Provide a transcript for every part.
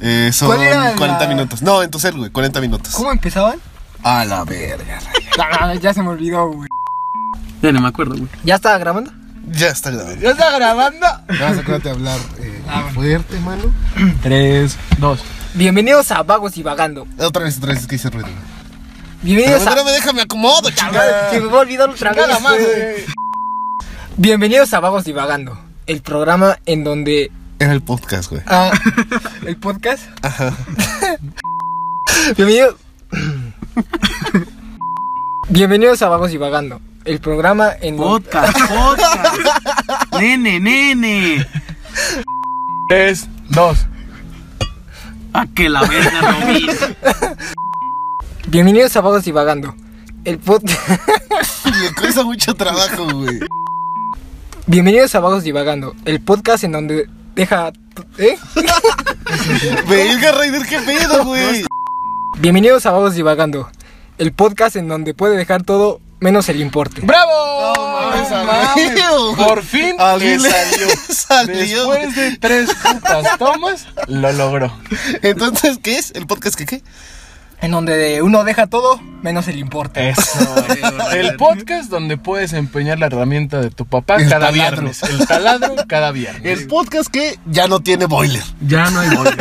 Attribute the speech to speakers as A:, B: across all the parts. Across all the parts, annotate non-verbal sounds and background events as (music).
A: Eh, son
B: ¿Cuál era la-
A: 40 minutos. No, en tu cel, güey, 40 minutos.
B: ¿Cómo empezaban?
A: A la verga.
B: (laughs) Ah, ya se me olvidó, güey.
C: Ya no me acuerdo, güey.
B: ¿Ya estaba grabando?
A: Ya está grabando.
B: ¿Ya estaba grabando?
D: Vas a acuérdate de hablar eh, fuerte, mano.
C: Tres, dos.
B: Bienvenidos a Vagos y Vagando.
A: Otra vez, otra vez, es que hice ruido.
B: Bienvenidos a...
A: Pero me déjame acomodo, chingada.
B: Se me va a olvidar otra vez, güey. Bienvenidos a Vagos y Vagando. El programa en donde...
A: Era el podcast, güey.
B: ah, (laughs) ¿El podcast? (laughs) Bienvenidos... (laughs) Bienvenidos a Vagos y Vagando. El programa en donde...
C: Podcast, podcast. nene, nene.
D: Tres, dos.
C: A Ah, que la verga no vi.
B: Bienvenidos a Vagos y Vagando. El (laughs) podcast...
A: Me cuesta mucho trabajo, güey.
B: Bienvenidos a Vagos Divagando, el podcast en donde deja... ¿Eh?
A: Venga, Raider, qué pedo, güey.
B: Bienvenidos a Vagos Divagando, el podcast en donde puede dejar todo menos el importe.
D: ¡Bravo!
A: mames,
D: No
A: amigo.
D: Por fin
A: Ah,
D: le
A: le (laughs)
D: salió.
A: salió.
D: Después de tres putas tomas, lo logró.
A: Entonces, ¿qué es? ¿El podcast que qué?
B: En donde uno deja todo menos el
A: (laughs)
B: importe.
D: Eso. El podcast donde puedes empeñar la herramienta de tu papá cada
A: taladro.
D: viernes.
A: (laughs)
D: El taladro cada viernes.
A: El podcast que ya no tiene boiler.
C: Ya no hay gol.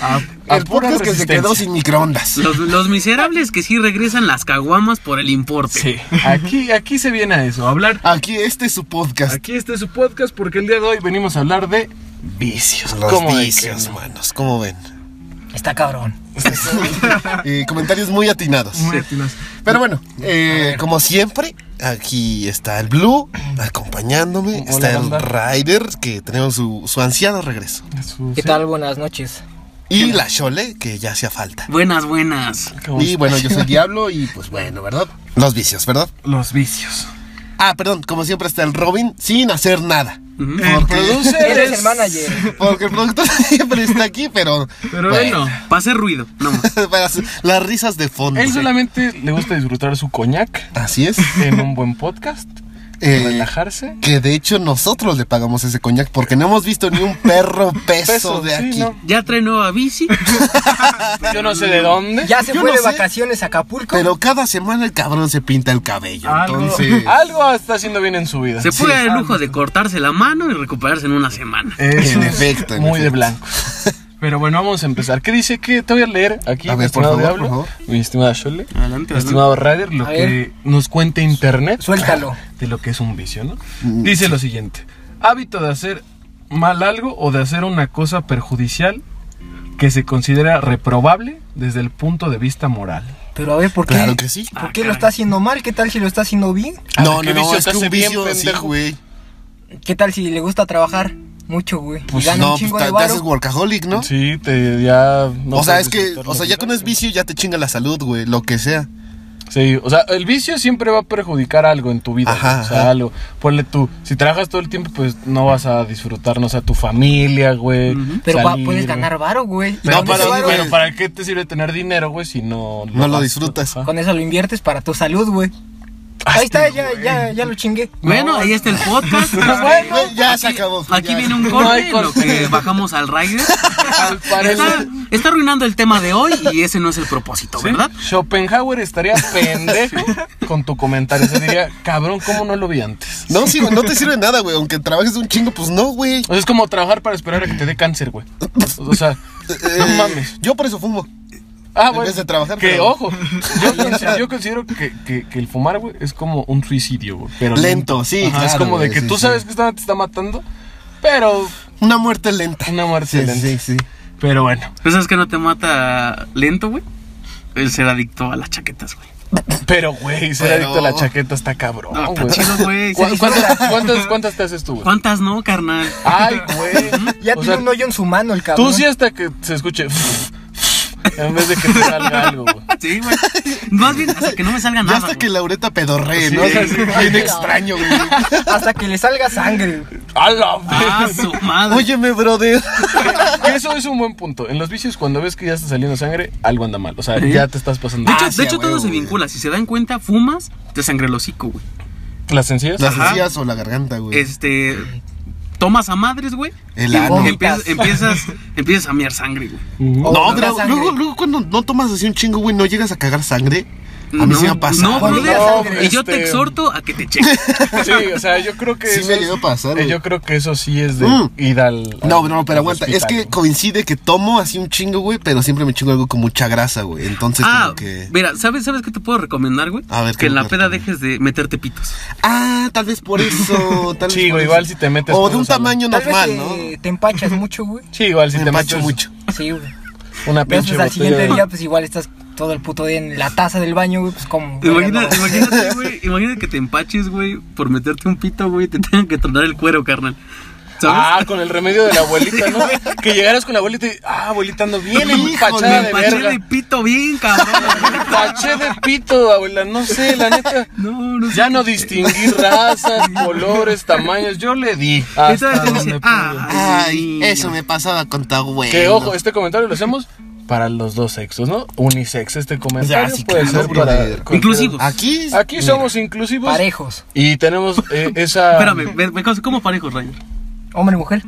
C: Ah,
D: A
A: El
D: pura
A: podcast que se
D: resistencia.
A: quedó sin microondas.
C: los, los miserables que sí regresan las caguamas por el importe.
D: Sí, (laughs) aquí, aquí se viene a eso, a hablar.
A: Aquí, este es su podcast.
D: Aquí este es su podcast porque el día de hoy venimos a hablar de vicios. ¿Cómo
A: Los
D: de que
A: vicios,
D: no?
A: manos. ¿Cómo ven?
B: Está cabrón.
A: Eh, comentarios muy atinados.
C: Muy atinas.
A: Pero bueno, eh, como siempre, aquí está el Blue acompañándome.
D: Hola,
A: está el
D: banda.
A: Ryder, que tenemos su, su ansiado regreso.
D: Su-
B: ¿Qué tal? Buenas noches.
A: Y la Chole, que ya hacía falta.
C: Buenas, buenas.
D: ¿Cómo
A: Y bueno, yo soy Diablo y pues bueno, ¿verdad? Los vicios, ¿verdad?
D: Los vicios.
A: Ah, perdón, como siempre está el Robin sin hacer nada.
C: Ujú.
A: Porque,
B: Él es el manager.
A: porque el productor (laughs) siempre está aquí, pero... (laughs)
C: Pero
A: bueno,
C: bueno, para hacer ruido, no más.
A: para hacer las risas de fondo.
D: Él solamente le gusta disfrutar su coñac
A: Así es.
D: en un buen podcast,
A: Eh,
D: relajarse.
A: que de hecho nosotros le pagamos ese coñac porque no hemos visto ni un perro peso,
D: (laughs) Peso,
A: de
D: sí,
A: aquí.
D: no.
C: Ya trae nueva bici.
D: Yo no sé de dónde.
B: Ya se
A: Yo
B: fue
A: no
B: de
A: sé.
B: vacaciones a Acapulco.
A: Pero cada semana el cabrón se pinta el cabello.
D: Ah,
C: Algo.
A: Entonces.
D: Algo está haciendo bien en su vida.
C: Se puede dar el lujo de cortarse la mano y recuperarse en una semana.
D: Eso
A: En
D: es
A: efecto, en
D: Muy de
A: efecto. (laughs)
D: blanco. Pero bueno, vamos a empezar. ¿Qué dice? que Te voy a leer aquí,
A: A
D: mi
A: ver, por
D: estimado
A: favor, por
D: Diablo, mi estimada Shole,
C: Adelante,
D: mi estimado Ryder, lo
B: A
D: que
B: ver.
D: nos cuenta internet
B: Suéltalo.
D: de lo que es un vicio, ¿no?
A: Mm.
D: Dice lo siguiente: hábito de hacer mal algo o de hacer una cosa perjudicial que se considera reprobable desde el punto de vista moral.
B: Pero a ver, ¿por qué?
A: Claro que sí.
B: ¿Por qué lo está haciendo mal? ¿Qué tal si lo está haciendo bien?
A: No,
D: ¿qué
A: no, no,
D: vicio
A: es
D: te
A: que
D: hace
A: un
D: bien,
A: vicio así,
D: pendejo?
A: güey.
B: ¿Qué tal si le gusta trabajar mucho, güey? Y
A: Pues
B: gana
A: no,
B: un
A: pues
B: chingo
A: te,
B: de
A: te haces
B: varo.
A: workaholic, ¿no?
D: Sí, te ya. no
A: o sea,
D: puedes
A: es que,
D: disfrutar
A: o sea,
D: la
A: ya
D: vida.
A: con es vicio ya te chinga la salud, güey, lo que
D: (laughs)
A: sea.
D: Sí, o sea, el vicio siempre va a perjudicar algo en tu vida.
A: Ajá,
D: o sea,
A: ajá.
D: algo. Ponle tú, si trabajas todo el tiempo, pues no vas a disfrutar, no sé, a tu familia, güey.
B: Pero pa-
D: salir,
B: puedes
D: güey.
B: ganar varo, güey.
D: Pero,
A: No,
B: Con ese
D: para,
A: sí,
B: varo,
D: pero
A: güey.
D: ¿para qué te sirve tener dinero, güey, si no...
A: No lo
D: vas-
A: disfrutas.
D: Ajá.
B: Con eso lo inviertes para tu salud, güey.
D: Ah,
B: Ahí está,
D: este
B: ya, ya, ya lo chingué.
C: Bueno, ahí está el podcast.
D: (laughs) Bueno,
A: Güey, ya se
C: Aquí-
A: acabó.
C: Aquí
A: ya.
C: viene un
D: No hay
C: corte, en lo que bajamos al Rider.
D: (laughs) Al
C: Está,
D: parecer...
C: está arruinando el tema de hoy y ese no es el propósito,
D: ¿sí?
C: ¿verdad?
D: Schopenhauer estaría
B: (laughs)
D: pendejo con tu comentario. Se diría, cabrón, ¿cómo no lo vi antes?
A: No, sí, güey, no te sirve nada, güey. Aunque trabajes un chingo, pues no, güey.
D: O sea, es como trabajar para esperar a que te dé cáncer, güey. O sea, no
A: Eh,
D: mames.
A: Yo por eso fumo.
D: Ah,
A: En vez de trabajar,
D: Que
A: pero- (laughs)
D: ojo, yo, consi- yo considero que, que- que el fumar, güey, es como un suicidio, güey. Pero
A: Lento, sí,
D: Ajá, es
A: claro,
D: como de
A: güey,
D: que
A: sí,
D: tú
A: sí.
D: sabes que esta te está matando, pero
A: Una muerte lenta.
D: una muerte
A: Sí,
D: lenta.
A: sí, sí.
D: Pero bueno,
C: Pero ¿Sabes que no te mata lento, güey? El ser adicto a las chaquetas, güey.
D: pero güey, ser
A: Pero-
D: adicto a la chaqueta está cabrón,
C: No, está
D: güey.
C: chido, güey. Se
D: ¿Cu-
C: disfruta.
D: ¿Cuántas, cuántas, cuántas te haces tú, güey?
C: ¿Cuántas no, carnal? (laughs)
D: Ay, güey.
B: Ya
D: O
B: tiene
D: sea,
B: un hoyo en su mano el cabrón.
D: tú sí hasta que se escuche (laughs) en vez de que te salga algo, güey.
C: Sí, güey. Más bien hasta que no me salga
A: Ya
C: nada.
A: hasta que
C: güey.
A: Laureta pedorree, ¿no? O
D: Sí,
A: sea,
D: sí.
A: (laughs) Bien extraño, güey.
B: Hasta que le salga sangre. güey.
D: A la vez.
C: Ah, su madre.
A: Óyeme, brother.
D: Que Eso es un buen punto. En los vicios, cuando ves que ya está saliendo sangre, algo anda mal. O sea,
C: Sí.
D: ya te estás pasando.
C: de hecho,
A: Ah, sí,
C: de
A: a
C: hecho todo
A: huevo,
C: se
A: güey.
C: vincula. Si se dan cuenta, fumas, te sangre el hocico, güey.
D: ¿Las sencillas?
A: Las
C: Ajá.
A: encías o la garganta, güey.
C: Este. tomas a madres, güey.
A: El
C: y
A: ano.
C: Empiezas, empiezas, empiezas a miar sangre, güey.
D: Ujú.
B: Oh,
A: No,
B: no
A: pero
B: da sangre.
A: luego, luego cuando no tomas así un chingo, güey, no llegas a cagar sangre. A mí
C: no,
A: sí me ha pasado.
C: No,
B: Cuando
C: brother,
B: da sangre,
C: y yo te
D: este-
C: exhorto
A: (laughs)
C: a que te cheques.
D: Sí, o sea, yo creo que
A: Sí
D: eso
A: me
D: es-
A: llegó a pasar,
D: eh,
A: güey.
D: Yo creo que eso sí es de
A: Mm.
D: ir al.
A: No,
D: al-
A: no, pero
D: al
A: aguanta. Es
D: hospital,
A: que
D: güey.
A: coincide que tomo así un chingo, güey, pero siempre me chingo algo con mucha grasa, güey. Entonces,
C: ah,
A: como que.
C: mira, ¿sabes, ¿sabes qué te puedo recomendar, güey?
A: A ver, ¿qué
C: que en
A: me
C: la peda
A: recomiendas?
C: dejes de meterte pitos.
A: Ah, tal vez por
D: (laughs)
A: eso. Tal vez
D: Sí,
A: por
D: güey,
A: eso.
D: igual si te metes
A: O
D: con
A: de un
D: los amigos.
A: tamaño
B: Tal vez
A: normal,
B: te-
A: ¿no?
B: Te empachas mucho, güey.
D: Sí, igual si
A: Me
D: te
A: empacho
D: metes
A: mucho.
B: Sí, güey.
D: (laughs) Una
B: Pero,
D: pinche
B: Pues al siguiente
D: botella de-
B: día, pues igual estás todo el puto día en la taza del baño, güey, pues como.
C: Imagina,
B: verga, no.
A: (laughs)
C: imagínate, güey, imagina que te empaches, güey, por meterte un pito, güey, te tengan que tronar el cuero, carnal. ¿Sabes?
D: Ah, con el remedio de la
A: (laughs)
D: abuelita, ¿no? que llegaras con la abuelita y, ah, abuelita, ando bien
A: Híjole,
D: empachada
C: me
D: de
C: empaché
D: verga.
C: de pito bien, cabrón.
D: Empaché de pito, abuela, no sé, la neta.
C: No, no sé.
D: Ya no distinguí
A: (laughs)
D: razas, colores, tamaños, yo le di. Hasta
C: Entonces te
D: donde
C: dice,
D: pude.
C: ah,
A: Ay, eso me pasaba con tu güey.
D: Que ojo, este comentario lo hacemos para los dos sexos, ¿no? Unisex, este comentario
A: Ya, sí,
D: puede
A: claro,
D: ser para.
A: brother.
D: cualquier-
C: Inclusivos.
A: Aquí.
D: Aquí
A: mira,
D: somos inclusivos.
B: Parejos.
D: Y tenemos eh, esa.
C: Espérame, ve- ve cómo- ¿cómo parejo, Rayo?
B: Hombre, mujer.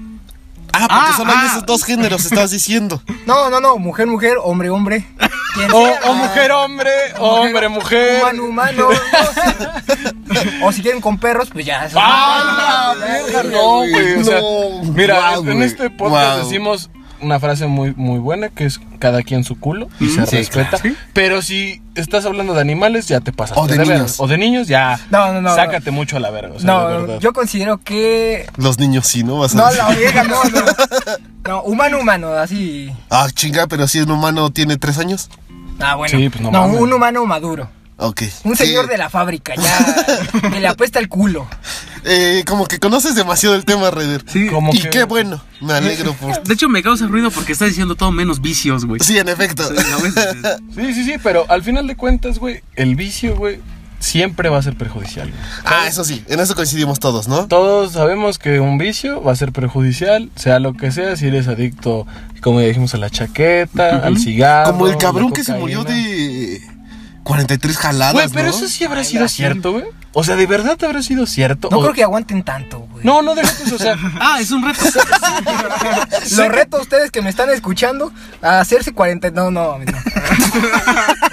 A: Ah, porque
C: Ah,
A: solo hay
C: ah.
A: esos dos géneros, estás
D: (laughs)
A: diciendo.
B: No, no, no. Mujer, mujer. Hombre, hombre. Quien
D: O,
B: sea,
D: o mujer, Oh, hombre, o hombre, mujer.
B: Humano, humano. (laughs) no sé. o si quieren con perros, pues ya. eso.
D: ¡Ah, la verga! No, güey. o sea,
A: No.
D: mira,
A: Guau,
D: en
A: güey.
D: este podcast
A: Guau.
D: decimos una frase muy, muy buena que es cada quien su culo y se
A: Sí,
D: respeta.
C: claro.
D: Pero si estás hablando de animales, ya te pasas.
A: O de niños.
D: O de niños, ya.
B: No, no, no,
D: Sácate mucho a la verga. o sea, de
B: No,
D: verdad.
B: yo considero que.
A: Los niños sí, ¿no? Vas a
B: No,
A: decir.
B: la vieja, no, no.
D: (laughs)
B: No, humano, humano, así.
A: Ah, chinga, pero si un humano tiene tres años.
B: Ah, bueno.
D: Sí, pues, no mames.
B: un humano maduro.
A: Ok.
B: Un
A: Sí,
B: señor de la fábrica, ya. Que le apuesta el culo.
A: eh, como que conoces demasiado el tema, Reder.
C: Sí.
D: Como
A: Y
D: que-
A: qué bueno, me alegro
D: (laughs)
A: por.
C: De hecho, me causa ruido porque está diciendo todo menos vicios, güey.
A: Sí, en efecto.
C: A veces-
D: Sí, sí, sí, pero al final de cuentas, güey, el vicio, güey, siempre va a ser perjudicial. güey.
A: Ah, eso sí, en eso coincidimos todos, ¿no?
D: Todos sabemos que un vicio va a ser perjudicial, sea lo que sea, si eres adicto, como ya dijimos, a la chaqueta, al cigarro.
A: Como el cabrón
D: la
A: que se murió
D: cocaína.
A: de 43 jaladas.
D: Güey, pero
A: ¿no?
D: eso sí habrá
B: Ay,
D: sido
B: la
D: cierto, güey. O sea, ¿de verdad habrá sido cierto?
B: No
D: O-
B: creo que aguanten tanto, güey.
D: No, no, déjate eso, o sea...
C: Ah, es un reto.
B: Los reto a ustedes que me están escuchando a hacerse 40. No,
D: (laughs)
B: no, no.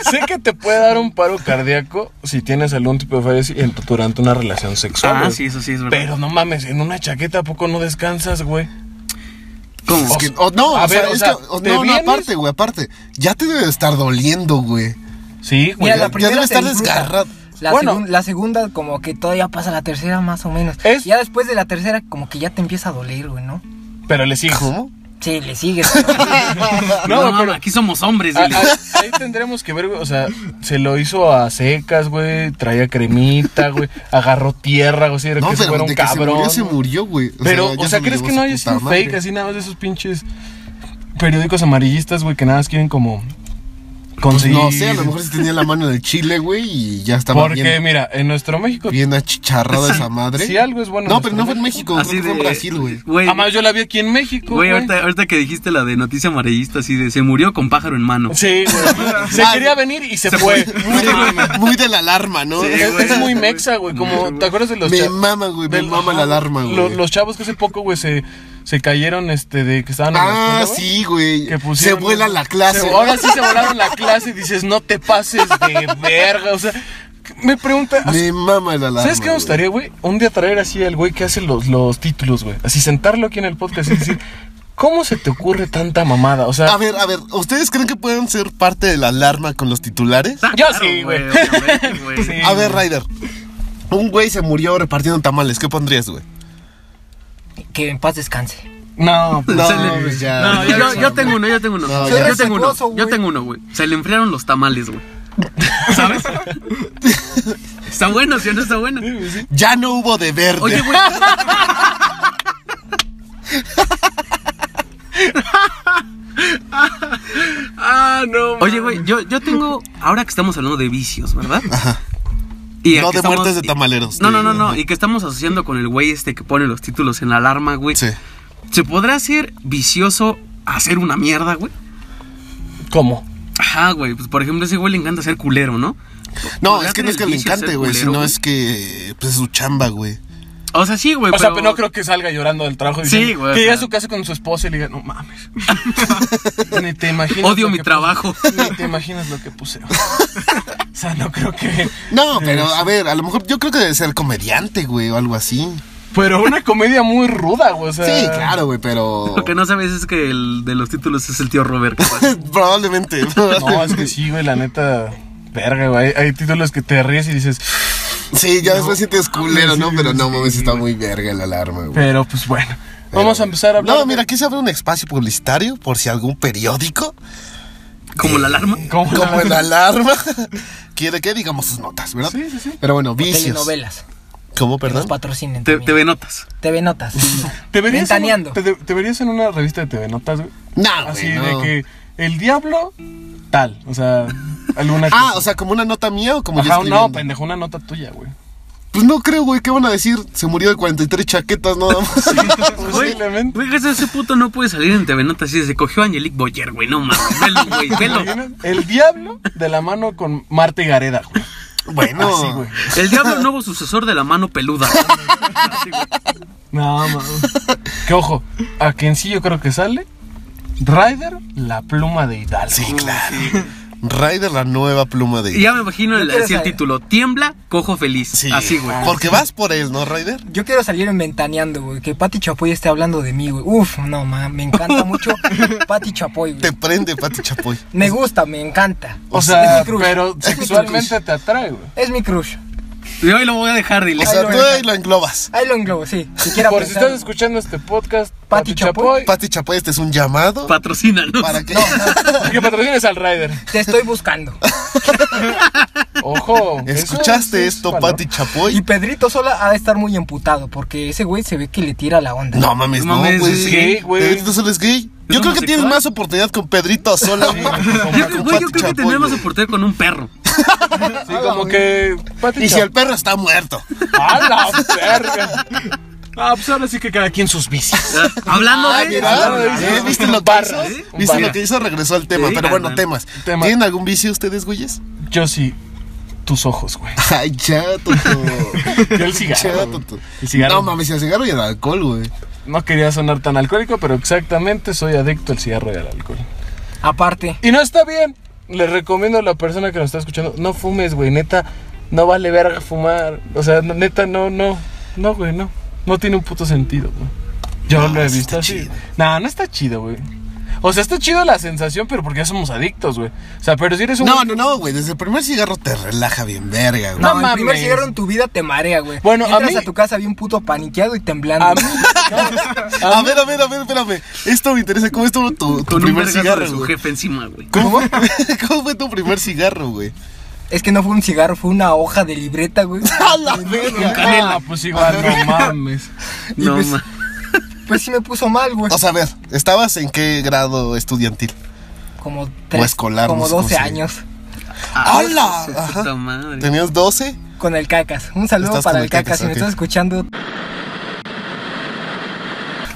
D: sé que te puede dar un paro cardíaco si tienes algún tipo de falla en- durante una relación sexual.
C: Ah,
D: güey.
C: sí, eso sí es verdad.
D: Pero no mames, en una chaqueta ¿a poco no descansas, güey?
C: ¿Cómo?
A: Es que- o no,
D: A
A: o sea,
D: ver, o
A: es
D: sea,
A: que- o-
D: ¿te
A: no, no,
D: vienes?
A: aparte, güey, aparte. Ya te debe de estar doliendo, güey.
D: Sí, güey.
B: Mira, la
A: ya
B: primera
A: debe
B: se
A: estar
B: disfruta.
A: desgarrado.
B: La,
D: Bueno.
B: segun- la segunda, como que todavía pasa la tercera, más o menos.
D: Es-
B: Ya después de la tercera, como que ya te empieza a doler, güey, ¿no?
D: Pero le sigues.
A: ¿Cómo?
B: Sí, le sigues.
D: (laughs)
C: No,
D: No,
C: no,
D: pero-
C: aquí somos hombres,
D: Ah,
C: dile.
D: ah, ahí tendremos que ver, güey. O sea, se lo hizo a secas, güey. Traía cremita, güey. Agarró tierra, güey. así era
A: No,
D: que se
A: pero
D: fuera un
A: de que se
D: cabrón.
A: murió, se murió, güey. O
D: Pero,
A: ya
D: o
A: se
D: sea,
A: lo
D: ¿crees
A: llevó
D: que
A: su
D: no haya sido
A: puta madre.
D: fake? Así nada más de esos pinches periódicos amarillistas, güey, que nada más quieren como
A: Pues
D: conseguir.
A: no sé, a lo mejor se tenía la mano en el chile, güey, y ya estaba
D: Porque,
A: bien,
D: mira, en nuestro México.
A: bien achicharrada esa madre.
D: Si algo es bueno
A: No,
D: en
A: pero
D: nuestro
A: no fue en México, creo
C: Así
A: que fue en
C: de-
A: Brasil,
C: (laughs)
A: güey.
C: Güey,
D: Además, ah, yo la vi aquí en México.
C: güey,
D: Güey,
C: ahorita, ahorita que dijiste la de noticia amarillista, así de se murió con pájaro en mano.
D: Sí,
A: (laughs)
D: güey. Se quería venir y se, fue.
A: Muy
D: (laughs)
A: de, muy de la alarma, ¿no?
C: Sí,
D: Es,
C: güey.
D: es muy mexa, güey. Como, ¿te acuerdas de los
A: Me
D: cha-
A: mama, güey, me
D: del-
A: mama la alarma, güey.
D: lo- Los, chavos que hace poco, güey, se, se cayeron este, de que estaban. en la
A: Ah,
D: escuela, güey?
A: sí, güey.
D: Que
A: Se
D: pusieron-
A: vuela la clase.
D: se- ahora sí se volaron la clase y dices, no te pases de verga. O sea, me pregunta.
A: Me mama la alarma.
D: ¿Sabes qué me
A: güey.
D: gustaría, güey? Un día traer así al güey que hace los, los títulos, güey. Así sentarlo aquí en el podcast y decir, ¿cómo se te ocurre tanta mamada? O sea,
A: A ver, a ver, ¿ustedes creen que pueden ser parte de la alarma con los titulares?
C: Ah,
D: Yo
C: claro,
D: sí, güey. (laughs)
C: obviamente, güey.
D: Sí.
A: A ver, Ryder. Un güey se murió repartiendo tamales. ¿Qué pondrías, güey?
B: que en paz descanse.
D: no, pues,
A: No,
C: se le-
A: pues ya.
C: No, yo, yo tengo uno, yo tengo uno.
A: No,
C: yo,
A: ya.
C: tengo uno.
B: Respetuoso,
C: Yo
B: güey.
C: tengo uno, güey. Se le enfriaron los tamales, güey. ¿Sabes? está bueno, ¿sí o no está bueno?
A: Ya no hubo de verde.
C: Oye, güey.
D: Ah, no.
C: Oye, güey, yo, yo tengo. Ahora que estamos hablando de vicios, ¿verdad? Ajá. Y
A: No
C: que
A: de muertes de tamaleros.
C: No, no, no, no.
A: Ajá.
C: Y que estamos asociando con el güey este que pone los títulos en la alarma,
A: (laughs)
C: güey.
A: Sí.
C: ¿Se podrá ser vicioso hacer una mierda, güey?
D: ¿Cómo?
C: Ajá, güey. Pues por ejemplo, a ese güey le encanta ser culero, ¿no?
A: No,
C: Podría
A: es que
C: ser
A: no es que
C: el
A: le
C: vicio de ser
A: encante, güey,
C: culero,
A: sino
C: güey.
A: es que pues, es su chamba, güey.
C: O sea, sí, güey.
D: O sea, pero no creo que salga llorando del trabajo.
C: Sí,
D: diciendo-
C: güey, o
D: Que llegue a
C: sea.
D: su casa con su esposa y le diga,
C: (laughs)
D: no mames. Ni te imaginas.
C: Odio
D: lo
C: mi
D: que
C: trabajo.
D: puse. (laughs) Ni te imaginas lo que puse. O sea, no creo que.
A: No, pero a ver, a lo mejor yo creo que debe ser comediante, güey, o algo así.
D: Pero una comedia muy ruda, güey. O sea,
A: Sí, claro, güey, pero.
C: Lo que no sabes es que el de los títulos es el tío
A: (laughs)
C: Robert. capaz.
A: probablemente. (laughs)
D: No, es que sí, güey, la neta. Verga, güey. Hay, hay títulos que te ríes y dices,
A: Sí, ya después sientes culero,
D: Sí,
A: ¿no? Pero no
D: sí,
A: mames, está muy verga la alarma, güey.
D: pero pues bueno. Vamos a empezar a hablar.
A: No,
D: de-
A: mira, aquí se abre un espacio publicitario por si algún periódico,
C: Como la alarma.
D: ¿Cómo la-
A: como
D: (laughs)
A: la alarma, (laughs) quiere que digamos sus notas, ¿verdad?
D: Sí, sí, sí.
A: Pero bueno, vicios.
B: Telenovelas.
A: ¿Cómo,
B: Que nos
A: perdón?
B: patrocinen.
C: Te,
B: también.
C: te ve notas.
B: TV Notas.
D: (laughs) ¿Te verías, en,
B: Ventaneando.
D: te, te verías en una revista de TV Notas, güey?
A: No,
D: Así
A: Ah, güey, no.
D: de que el diablo tal, o sea, alguna
A: Ah,
D: cosa.
A: o sea, como una nota mía o como yo
D: Ajá,
A: escribiendo?
D: no, pendejo, una nota tuya, güey.
A: Pues no creo, güey, ¿qué van a decir? Se murió de 43 chaquetas nada más.
C: Güey,
D: Posiblemente.
C: güey, ese, ese puto no puede salir en TV Notas. Sí, se cogió a Angelique Boyer, güey. No mames. Velo, güey. Velo.
D: (laughs) El diablo de la mano con Marta y Gareda, güey.
A: (laughs) Bueno,
D: Así, güey.
C: El diablo nuevo sucesor de la mano peluda. Así, güey.
D: No, mames. Que ojo, a quien sí yo creo que sale, Ryder, la pluma de Hidalgo.
A: sí, claro. Raider, la nueva pluma de.
C: Y ya me imagino el,
B: No quiero
C: así el
B: saber.
C: título. Tiembla, cojo feliz.
A: Sí,
C: Así, güey.
A: Porque vas por él, ¿no, Raider?
B: Yo quiero salir en Ventaneando, güey. Que Pati Chapoy esté hablando de mí, güey. Uf, no, man. Me
D: (laughs)
B: encanta mucho Pati Chapoy, güey.
A: Te prende, Pati Chapoy.
B: Me gusta, me encanta.
D: O
B: es
D: sea,
B: mi crush.
D: pero sexualmente te atrae, güey.
B: Es mi crush.
C: Y hoy lo voy a dejar, dile.
A: O sea,
B: lo
A: tú
B: deja.
A: ahí lo englobas.
B: Ahí lo englobo, sí. Si quiera
D: Por si
B: pensar-
D: estás escuchando este podcast,
B: Pati
D: Pati Chapoy,
A: Pati Chapoy, este es un llamado
C: Patrocínanos.
A: para (laughs) que.
D: que patrocines al Ryder.
B: Te estoy
D: (laughs)
B: buscando.
D: Ojo. eso
A: ¿Escuchaste
D: sí es
A: esto,
D: valor.
A: Pati
B: Y
A: Chapoy?
B: Pedrito Sola ha de estar muy emputado porque ese güey se ve que le tira la onda.
A: No mames, no, pues,
C: No mames,
A: güey.
C: es
D: gay, güey.
A: Pedrito Sola es gay. Yo creo que
C: homosexual.
A: tienes más oportunidad con Pedrito Sola. güey, que
C: Yo,
A: con
C: güey, yo
A: Pati
C: creo que
A: Chapoy,
C: tendremos
A: güey.
C: oportunidad con un perro.
D: Sí, como que. Pati
A: Y si
D: Chapoy.
A: el perro está muerto.
D: ¡A la verga! Ah, pues ahora sí que cada quien sus bicis.
C: (laughs) Ah, Hablando
A: Ah,
C: de.
A: mira, ¿eh? ¿Viste lo que
D: Barra,
A: hizo?
D: ¿eh?
A: ¿Viste
D: Barra.
A: lo que hizo? Regresó al tema.
C: Sí,
A: Pero bueno,
C: carnal.
A: temas.
D: Tema.
A: ¿Tienen algún vicio ustedes, güeyes?
D: Yo sí. Tus ojos, güey.
A: (laughs) Ay, chato.
D: Yo el cigarro. güey. El cigarro.
A: No mames, el cigarro y el alcohol, güey.
D: No quería sonar tan alcohólico, pero exactamente soy adicto al cigarro y al alcohol.
B: Aparte,
D: Y no está bien. Les recomiendo a la persona que nos está escuchando, no fumes, güey, neta, no vale verga fumar. O sea, no- neta, no, no, no, güey, no. No tiene un puto sentido, güey. Yo
A: No,
D: lo he
A: sí está
D: visto así.
A: chido.
D: No, no está chido, güey. O sea, está chido la sensación, pero porque ya somos adictos, güey. O sea, pero si eres un...
A: No, no, no, güey. Desde el primer cigarro te relaja bien, verga, güey.
B: no,
D: No
B: el
D: mames.
B: primer cigarro en tu vida te marea, güey.
D: Bueno, a
B: Entras
D: mí-
B: a tu casa bien puto paniqueado y temblando.
D: A mí,
A: A ver, a ver, a ver, espérame. Esto me interesa. ¿Cómo estuvo tu, tu
C: Con un
A: primer
C: vergazo de
A: cigarro,
C: su
A: güey?
C: jefe encima,
A: (laughs)
C: güey.
A: ¿Cómo? ¿Cómo fue tu primer cigarro, güey?
B: Es que no fue un cigarro, fue una hoja de libreta, güey.
A: (laughs) ¡A la verga!
D: Ah, pues igual,
A: (laughs)
D: no mames.
C: No,
B: pues-
C: ma.
B: Pues sí me puso mal, güey.
A: O sea, a ver, ¿estabas en qué grado estudiantil?
B: como tres,
A: escolar, no
B: como
A: sé cómo
B: 12
A: se
B: años.
A: ¡Hala!
C: su
A: Ajá.
C: puta madre.
A: ¿Tenías 12?
B: Con el cacas. Un saludo
A: Estás
B: para
A: con
B: el
A: el
B: cacas.
A: Cacas,
B: Si me
A: ok.
B: estás escuchando,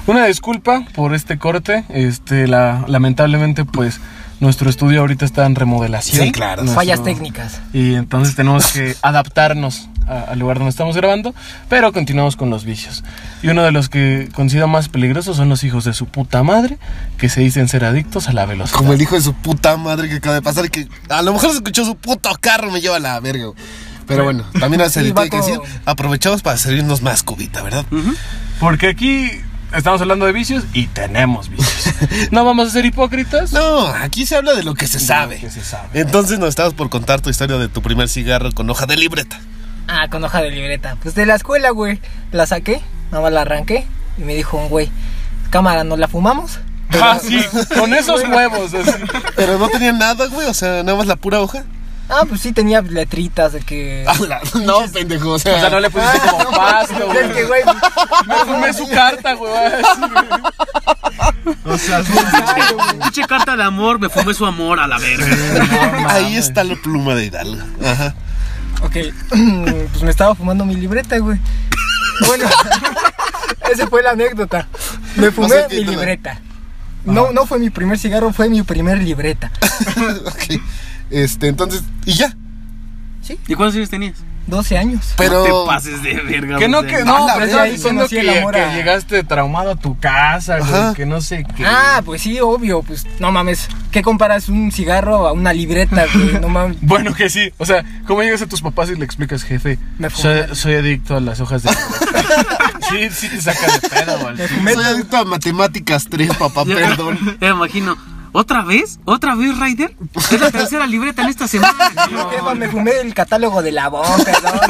D: Una disculpa por este corte. Este, la, lamentablemente, pues, nuestro estudio ahorita está en remodelación.
A: Sí, claro.
D: Nuestro-
B: fallas técnicas.
D: Y entonces tenemos que adaptarnos a- al lugar donde estamos grabando, pero continuamos con los vicios. Y uno de los que considero más peligrosos son los hijos de su puta madre, que se dicen ser adictos a la velocidad.
A: Como el hijo de su puta madre que acaba de pasar y que a lo mejor se escuchó su puto carro me lleva a la verga. güey. Pero bueno, también (laughs) se
B: Sí,
A: le tiene que
B: vato.
A: decir, aprovechamos para servirnos más cubita, ¿verdad?
D: Porque aquí estamos hablando de vicios y tenemos vicios. no vamos a ser hipócritas.
A: No, aquí se habla de lo que se sabe.
D: Que se sabe.
A: Entonces nos estabas por contar tu historia de tu primer cigarro con hoja de libreta.
B: Ah, con hoja de libreta. Pues de la escuela, güey. La saqué, nada más la arranqué. Y me dijo un güey, cámara, ¿nos la fumamos?
D: Ah, sí, con esos huevos. así.
A: Pero no tenía nada, güey, o sea, nada más la pura hoja.
B: Ah, pues sí tenía letritas de que...
A: (laughs) Ala, Ah, No, pendejo, o sea,
D: O sea, no le pusiste como pasto, (laughs) güey.
B: Es que, güey,
D: Me fumé su carta, güey.
A: (laughs)
D: así, güey. O sea, su-
C: Pinche carta de amor, me fumé su amor a la verga.
A: ahí está la pluma de Hidalgo. Ajá. (laughs)
B: Ok, (clears throat) pues me estaba fumando mi libreta, güey. Bueno, (laughs) esa fue la anécdota. Me fumé
A: sé qué
B: mi
A: te la-
B: libreta. No, no fue mi primer cigarro, fue mi primer libreta.
A: Ok. Este, entonces, y ya.
C: ¿Y cuántos años tenías?
B: 12 años.
A: Pero.
C: te pases de verga.
D: Que no,
C: José.
D: que no,
A: A Ah, la
D: pero
A: vez,
D: estaba
A: ahí
D: diciendo
B: conocí
D: que,
B: el amor
D: que
B: a-
D: llegaste traumado a tu casa, güey,
A: Ajá.
D: que no sé qué.
B: Ah, pues sí, obvio, pues no mames. ¿Qué comparas un cigarro a una libreta, güey? No
D: (laughs)
B: mames.
D: Bueno, que sí. O sea, ¿cómo llegas a tus papás y le explicas, jefe?
B: Me
D: Soy,
B: fumé.
D: soy adicto a
A: (laughs)
D: las hojas de. sí, sí te sacas de pedo, güey.
A: Soy adicto a matemáticas 3, (laughs) papá,
C: Ya-
A: perdón.
C: Ya me imagino. ¿Otra vez? ¿Otra vez, Ryder? Es la tercera libreta en esta semana.
B: Jefa, me fumé el catálogo de la boca, perdón.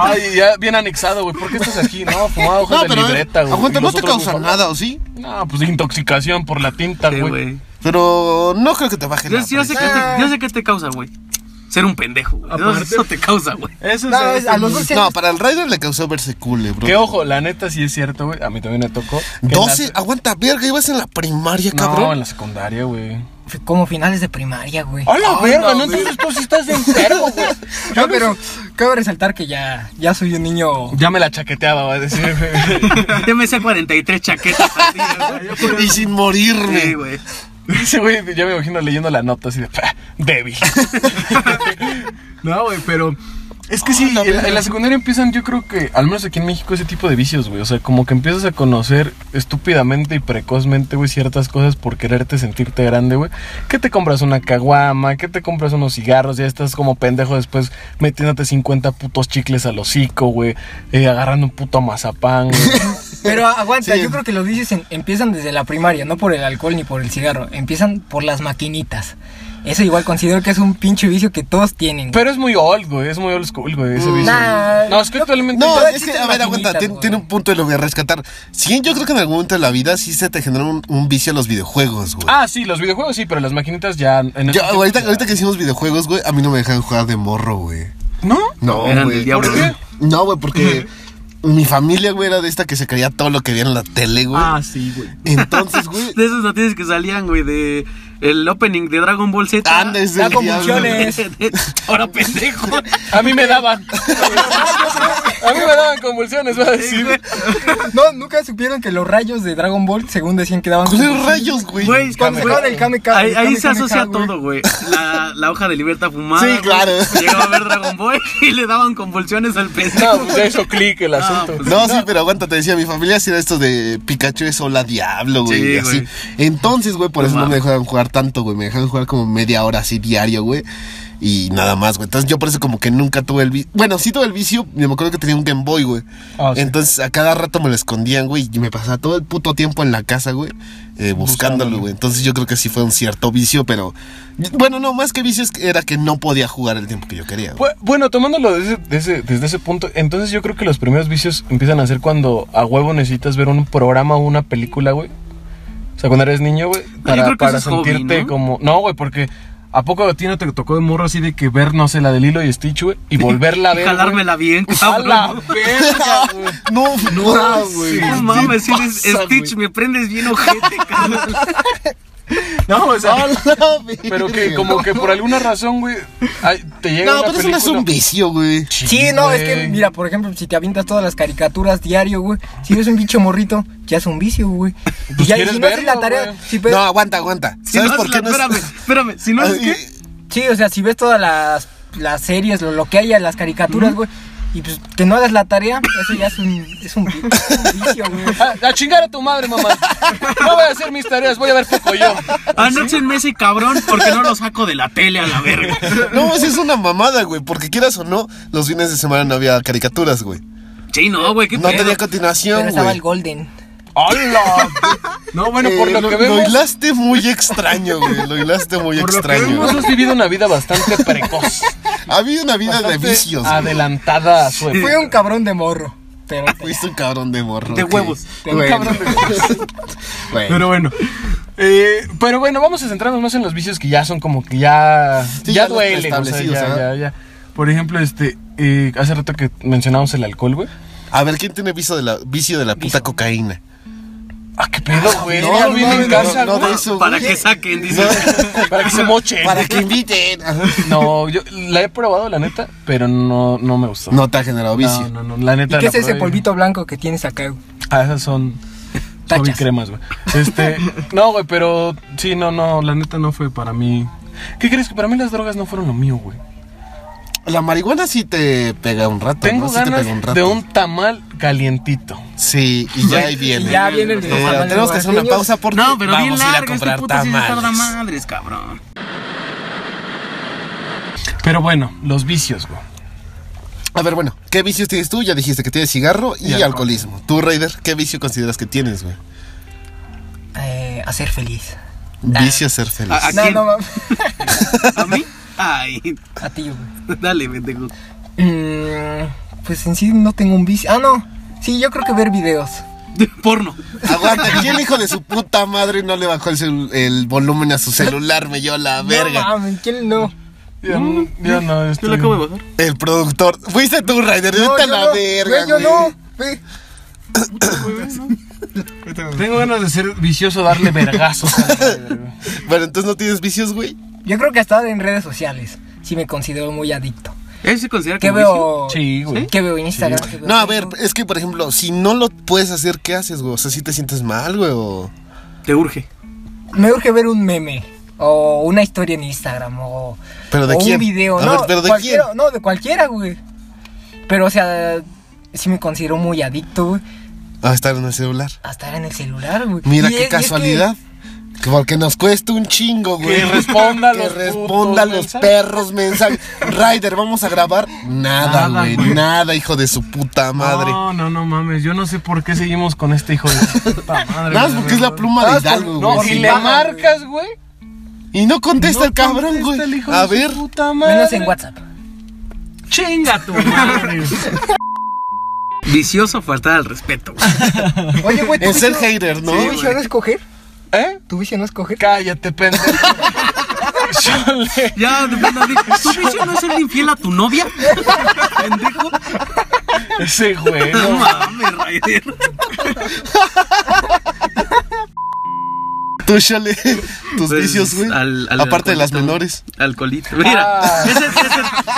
D: Ay, ya bien anexado, güey. ¿Por qué estás aquí? No, fumaba hojas
A: No,
D: de
A: pero.
D: libreta, güey.
A: aguanta,
D: Y
A: no te
D: nosotros
A: causa
D: fumamos-
A: nada, ¿o sí?
D: No, pues intoxicación por la tinta,
C: Sí,
D: güey.
C: güey.
A: Pero no creo que te baje
C: Yo,
A: la
C: yo sé que
A: presión.
C: te, yo sé qué te causa, güey. Ser un pendejo, güey. Eso,
D: Aparte-
C: eso te causa, güey.
D: Eso
B: No,
D: es.
B: es a los 12
A: Ah, No,
B: años.
A: para el Rider le causó verse cool, eh, bro.
D: Que ojo, la neta sí es cierto, güey. A mí también me tocó. que
A: 12,
D: en la-
A: aguanta, verga, ibas en la primaria,
D: No, en
A: cabrón.
D: la secundaria, güey.
B: Fue Como finales de primaria, güey.
D: ¡A la
C: Ay, no,
D: verga! No, entonces tú sí estás de enfermo, güey.
B: (laughs) No, pero cabe resaltar que ya, ya soy un niño.
D: (laughs) Ya me la chaqueteaba, va a decir. (laughs)
C: Yo me sé 43 chaquetas al día, güey.
A: Y sin morirme.
C: Sí, güey.
D: Ese güey, ya me imagino leyendo la nota así de. "Ah, Débil. no, güey, pero. Es que sí,
A: Ah, la
D: en,
A: verga.
D: en la secundaria empiezan, yo creo que, al menos aquí en México, ese tipo de vicios, güey. O sea, como que empiezas a conocer estúpidamente y precozmente, güey, ciertas cosas por quererte sentirte grande, güey. Que te compras una caguama, que te compras unos cigarros, ya estás como pendejo después metiéndote 50 putos chicles al hocico, güey. eh, agarrando un puto mazapán, güey.
C: (laughs)
D: (laughs)
B: Pero aguanta,
A: Sí.
B: yo creo que los dices empiezan desde la primaria, no por el alcohol ni por el cigarro, empiezan por las maquinitas. Eso igual considero que es un pinche vicio que todos tienen.
D: Pero es muy old, güey. Es muy old school, güey. Ese
A: Mm.
D: vicio.
B: Nah.
D: no, es que actualmente.
A: No,
B: Todavía
A: es que,
B: existen
A: a ver, aguanta,
B: maquinitas,
A: tien-
B: güey.
A: tiene un punto y lo voy a rescatar. Sí, yo creo que en algún momento de la vida sí se te generó un, un vicio a los videojuegos, güey.
D: Ah, sí, los videojuegos sí, pero las maquinitas ya. En estos
A: Yo,
D: tiempos
A: ahorita,
D: ya-
A: ahorita que hicimos videojuegos, güey, a mí no me dejan jugar de morro, güey.
D: ¿No?
A: No,
C: Eran del
A: güey.
C: diablo.
D: ¿Por qué?
A: No, güey, porque mi familia, güey, era de esta que se creía todo lo que veía en la tele, ah, güey.
C: sí, güey.
A: Entonces,
C: (laughs)
A: güey,
C: De esos noticias que salían, güey, de el opening de Dragon Ball Z. (laughs)
A: andes
B: Da
A: del diablo.
B: convulsiones.
C: Ahora pendejo.
D: (laughs) A mí me daban. (laughs) a mí me daban convulsiones, voy a decir.
B: (laughs) No, nunca supieron que los rayos de Dragon Ball, según decían que
D: (laughs)
B: daban...
A: Con rayos, güey.
C: Güey,
B: Cuando
C: güey,
B: sacaron el Kame Kame,
C: Ahí,
B: el
C: ahí
B: Kame
C: se
B: Kame
C: asocia
B: Kame, güey.
C: todo, güey. La, la hoja de libertad fumada.
A: Sí,
C: güey.
A: claro.
C: Llegaba a ver Dragon Ball y le daban convulsiones al pendejo.
D: No, pues ya hizo clic el asunto. (laughs)
C: pues-
A: No, sí, pero aguanta, te decía, mi familia sí era esto de Pikachu es hola diablo, güey.
C: Sí,
A: y así.
C: güey.
A: Entonces, güey, por eso no me
C: mames.
A: dejaban jugar tanto, güey. Me dejaban jugar como media hora así diario, güey. Y nada más, güey. Entonces yo por eso como que nunca tuve el vicio. Bueno, sí tuve el vicio, yo me acuerdo que tenía un Game Boy, güey.
D: Ah, sí.
A: Entonces a cada rato me lo escondían, güey. Y me pasaba todo el puto tiempo en la casa, güey. eh, buscándolo,
D: Buscándolo.
A: güey. Entonces yo creo que sí fue un cierto vicio, pero... Bueno, no, más que vicio es que- era que no podía jugar el tiempo que yo quería, güey.
D: Bu- Pues, Bueno, tomándolo desde, desde- desde ese punto, entonces yo creo que los primeros vicios empiezan a ser cuando a huevo necesitas ver un programa o una película, güey. O sea, cuando eres niño, güey,
C: creo
D: para,
C: que
D: para
C: eso es hobby,
D: sentirte
C: ¿no?
D: como... No, güey, porque ¿a poco a ti no te tocó de morro así de que ver, no sé, la de Lilo y Stitch, güey,
C: (laughs)
D: y volverla a ver, güey?
C: Jalármela bien,
D: (laughs) ¡A la
C: cabrón.
D: verga, güey!
A: (laughs) No, no, güey.
C: No
A: ¿Qué
C: mames, si eres
A: pasa, güey?
C: Stitch, me prendes bien ojete,
A: (laughs)
C: cabrón.
D: No, o sea...
A: Hola,
D: Pero que
A: verga.
D: como que por alguna razón, güey, ay, te llega
A: No,
D: una
A: pero eso no es
D: película-
A: un vicio, güey.
B: Sí, no, es que
D: güey.
B: mira, por ejemplo, si te avientas todas las caricaturas diario, güey, si eres un bicho morrito, ya es un vicio, güey.
D: Pues
B: y ya y
D: quieres
B: si no haces la
D: verlo,
B: tarea,
D: güey.
B: si ves-
A: No, aguanta, aguanta.
C: Si
A: ¿Sabes
C: no
A: por
C: haces
A: qué
C: la-
A: no es-
C: espérame, espérame, si no haces
A: Ay,
C: qué.
B: Sí, o sea, si ves todas las, las series, lo, lo que haya, las caricaturas, güey, y pues que no hagas la tarea, eso ya es un, es un, vi- es un vicio, güey.
D: Ah, A, a chingar a tu madre, mamá. No voy a hacer mis tareas, voy a ver Pocoyo.
C: Anóchenme ese cabrón porque no lo saco de la tele a la verga.
A: No, sí es una mamada, güey. Porque quieras o no, los fines de semana no había caricaturas, güey.
C: Sí, no, güey, qué
A: No
C: pedo.
A: tenía
B: Pero
A: continuación,
B: estaba el
A: güey.
B: Golden.
D: ¡Hola! No, bueno, por
A: Eh,
D: lo, que vemos,
A: Lo hilaste muy extraño, güey. Lo hilaste muy
D: por lo que
A: extraño.
D: vemos, has vivido una vida bastante
A: (laughs)
D: precoz.
A: Había una vida de
D: bastante
A: vicios. güey.
D: Adelantada a su época.
B: Fue un cabrón de morro, pero...
A: Fuiste un cabrón de morro.
C: De
A: que-
C: huevos.
B: Un
A: Bueno.
B: cabrón de
A: (laughs) Bueno.
D: Pero bueno. Eh, pero bueno, vamos a centrarnos más en los vicios que ya son como que ya.
A: Sí, ya
D: ya,
A: los
D: duelen. o sea,
A: preestablecidos,
D: ya,
A: ajá.
D: ya, ya. Por ejemplo, este. eh, hace rato que mencionamos el alcohol, güey.
A: A ver, ¿quién tiene vicio de la, vicio de la puta cocaína?
D: Ah, qué pedo, güey.
A: no,
D: No,
A: no,
D: viene en
A: no,
D: casa,
A: no,
D: güey.
A: de eso,
C: Para
A: güey.
C: que saquen, dice.
A: No,
D: Para que se mochen.
A: para que inviten. Ajá.
D: No, yo la he probado, la neta, pero no, no me gustó.
A: No te ha generado vicio.
D: no, no, no, la
B: ¿Y
D: neta.
B: qué
D: la
B: es ese
D: probé.
B: polvito blanco que tienes acá, güey?
D: Ah, esas son. Son
B: Tachas.
D: cremas, güey. Este, no, güey, pero sí, no, no, la neta no fue para mí. ¿Qué crees que para mí las drogas no fueron lo mío, güey?
A: la marihuana sí te pega un rato.
D: Tengo
A: ¿no? Sí te
D: ganas
A: pega un rato.
D: de un tamal calientito.
A: Sí, y ya ahí viene.
B: Y ya vienen
A: Eh,
B: los tamales
A: tenemos que hacer una
B: oaxaqueños.
A: pausa porque
C: No, pero
A: vamos
C: bien
A: a ir a
C: larga, este
A: comprar
C: puto sí se tarda
A: tamales.
C: madres, cabrón.
D: Pero bueno, los vicios, güey.
A: A ver, bueno, ¿qué vicios tienes tú? Ya dijiste que tienes cigarro y, alcoholismo. Tú, Raider, ¿qué vicio consideras que tienes, güey?
B: Eh, a ser feliz.
A: Vicio a ser feliz.
C: Ah, ¿A
B: No,
C: quién?
B: no, (laughs) mames.
C: ¿A mí? Ay,
B: A ti, güey.
C: dale, pendejo.
B: Mm, pues en sí no tengo un vicio. Ah, no. Sí, yo creo que ver videos.
C: Porno.
A: Aguanta, aquí el hijo de su puta madre no le bajó el, celu- el volumen a su celular, me dio la
B: No,
A: verga.
B: mames, ¿quién no?
D: Yo,
A: Mm,
D: yo no, este,
C: Yo
D: estoy...
C: lo acabo de bajar.
A: El productor. Fuiste tú, Raider,
B: No,
A: vete a
B: yo
A: la
B: no.
A: verga,
B: Güey, yo
A: güey.
B: no.
A: (laughs)
B: Ve.
D: Tengo ganas de ser vicioso, darle vergazos.
A: (laughs)
D: a la madre, güey.
A: Bueno, entonces no tienes vicios, güey.
B: Yo creo que hasta en redes sociales. Sí me considero muy adicto.
C: ¿Eso se considera
B: ¿Qué
C: como vicio?
B: veo?
D: Sí, güey.
B: ¿Qué veo en Instagram? ¿Qué veo
A: No, a
B: en
A: ver,
B: Facebook?
A: es que, por ejemplo, si no lo puedes hacer, ¿qué haces, güey? O sea, si te sientes mal, güey, o...
C: Te urge.
B: Me urge ver un meme. O una historia en Instagram. O,
A: ¿Pero de
B: o
A: quién?
B: un video.
A: A
B: no,
A: ver, ¿pero de
B: cualquiera-
A: quién?
B: No, de cualquiera, güey. Pero, o sea, sí me considero muy adicto, güey.
A: Ah, estar en el celular.
B: A estar en el celular, güey.
A: Mira
B: Y es- y
A: qué
B: es que-
A: casualidad. Que Porque nos cuesta un chingo, güey.
D: Que
A: (laughs)
D: responda
A: Que
D: los putos
A: responda los
D: mensajes.
A: perros mensajes. Ryder, vamos a grabar. Nada,
D: Nada,
A: güey.
D: güey.
A: Nada, hijo de su puta madre.
D: No, no, no mames. Yo no sé por qué seguimos con este hijo de
A: (laughs)
D: puta madre.
A: Nada más
D: güey.
A: porque es la pluma de
D: Nada más por-
A: Hidalgo,
D: No,
A: güey.
D: si
A: sí.
D: le
B: Pagan,
D: marcas, güey.
A: Y no contesta
D: no
A: el cabrón,
D: contesta
A: güey.
D: el hijo
A: A
D: de su
A: ver.
D: puta madre.
B: Menos en
A: (laughs)
B: WhatsApp.
D: Chinga
B: (laughs)
D: tu madre.
C: Vicioso faltar al respeto. güey.
B: Oye, güey, ¿tu
A: Es
B: vicio-
A: ser hater, ¿no?
B: ¿Tu
A: güey?
B: vicio no es coger?
D: ¿Eh?
B: ¿Tu vicio no es coger?
D: Cállate, pendejo. Chole.
C: Ya, de verdad, de- ¿tu vicio no es ser infiel a
A: (laughs)
C: tu novia? Pendejo.
D: Ese güey.
C: No
D: no.
C: mames, Raider.
A: Tú, Shale, (laughs) tus
C: Pues,
A: vicios, güey.
C: al- al
A: Aparte de las
C: alcoholito.
A: menores.
C: Alcoholito. Mira,
D: Ah.
C: ese, ese-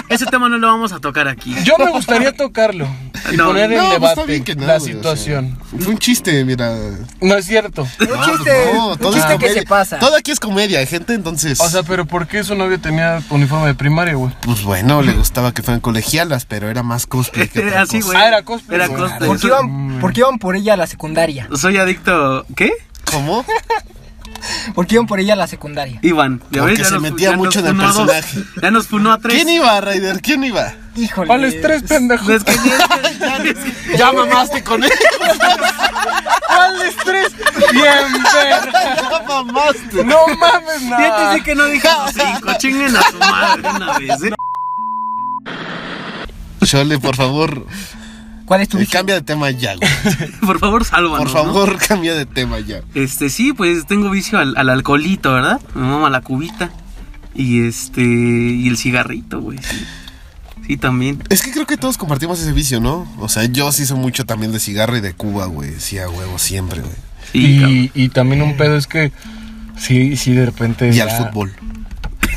C: ese tema no lo vamos a tocar aquí. (laughs)
D: Yo me gustaría tocarlo y
C: No,
D: poner en
A: No, pues,
D: debate
A: está bien que no,
D: la
A: güey, o sea,
D: situación.
A: fue un chiste, mira.
D: No es cierto.
B: Un chiste, un
A: Ah, pues todo es
B: chiste que
A: comedia.
B: se pasa.
A: Todo aquí es comedia, hay gente, entonces.
D: O sea, pero ¿por qué su novio tenía uniforme de primaria, güey?
A: pues bueno, le gustaba que fueran colegialas, pero era más cosplay
C: (laughs)
A: que otra
C: Era Este, así,
A: cosa.
C: güey.
D: Ah, era cosplay.
C: Era
D: Claro.
C: cosplay.
B: ¿Por qué
C: Soy-
D: Mm.
B: iban, por qué iban por ella a la secundaria?
C: Soy adicto. ¿Qué?
A: ¿Cómo?
C: Pues,
B: ¿Por qué iban por ella a la secundaria?
C: Iván. ya
A: Porque
C: ves, ya
A: se
C: nos-
A: metía
C: ya
A: mucho
C: nos
A: en el
C: funó a dos,
A: personaje.
C: Ya nos funó a tres.
A: ¿Quién iba, Raider? ¿Quién
C: (laughs)
A: iba?
B: Híjole.
D: ¿Cuáles tres, pendejo?
C: Es que ni-
A: (laughs)
C: es que-
A: Pues, Ya mamaste con él.
D: ¿Cuáles tres? Bien, verga.
A: Ya mamaste.
D: No mames,
C: Ya te
D: nada.
C: dije que no dije los cinco. Chinguen a su madre una vez, ¿eh?
A: Chole, por favor,
B: ¿Cuál es tu
A: eh,
B: vicio?
A: cambia de tema ya, güey.
C: Por favor, sálvanos.
A: Por
C: ¿no?
A: favor, (laughs) cambia de tema ya.
C: Este, sí, pues tengo vicio al, al alcoholito, ¿verdad? Me mama la cubita. Y este. Y el cigarrito, güey. Sí, Sí, también.
A: Es que creo que todos compartimos ese vicio, ¿no? O sea, yo sí soy mucho también de cigarro y de Cuba, güey. Sí, a huevo, siempre, güey.
C: Sí, cabrón.
D: Y, y también un pedo es que sí, sí, de repente.
A: Y
D: ya-
A: al fútbol.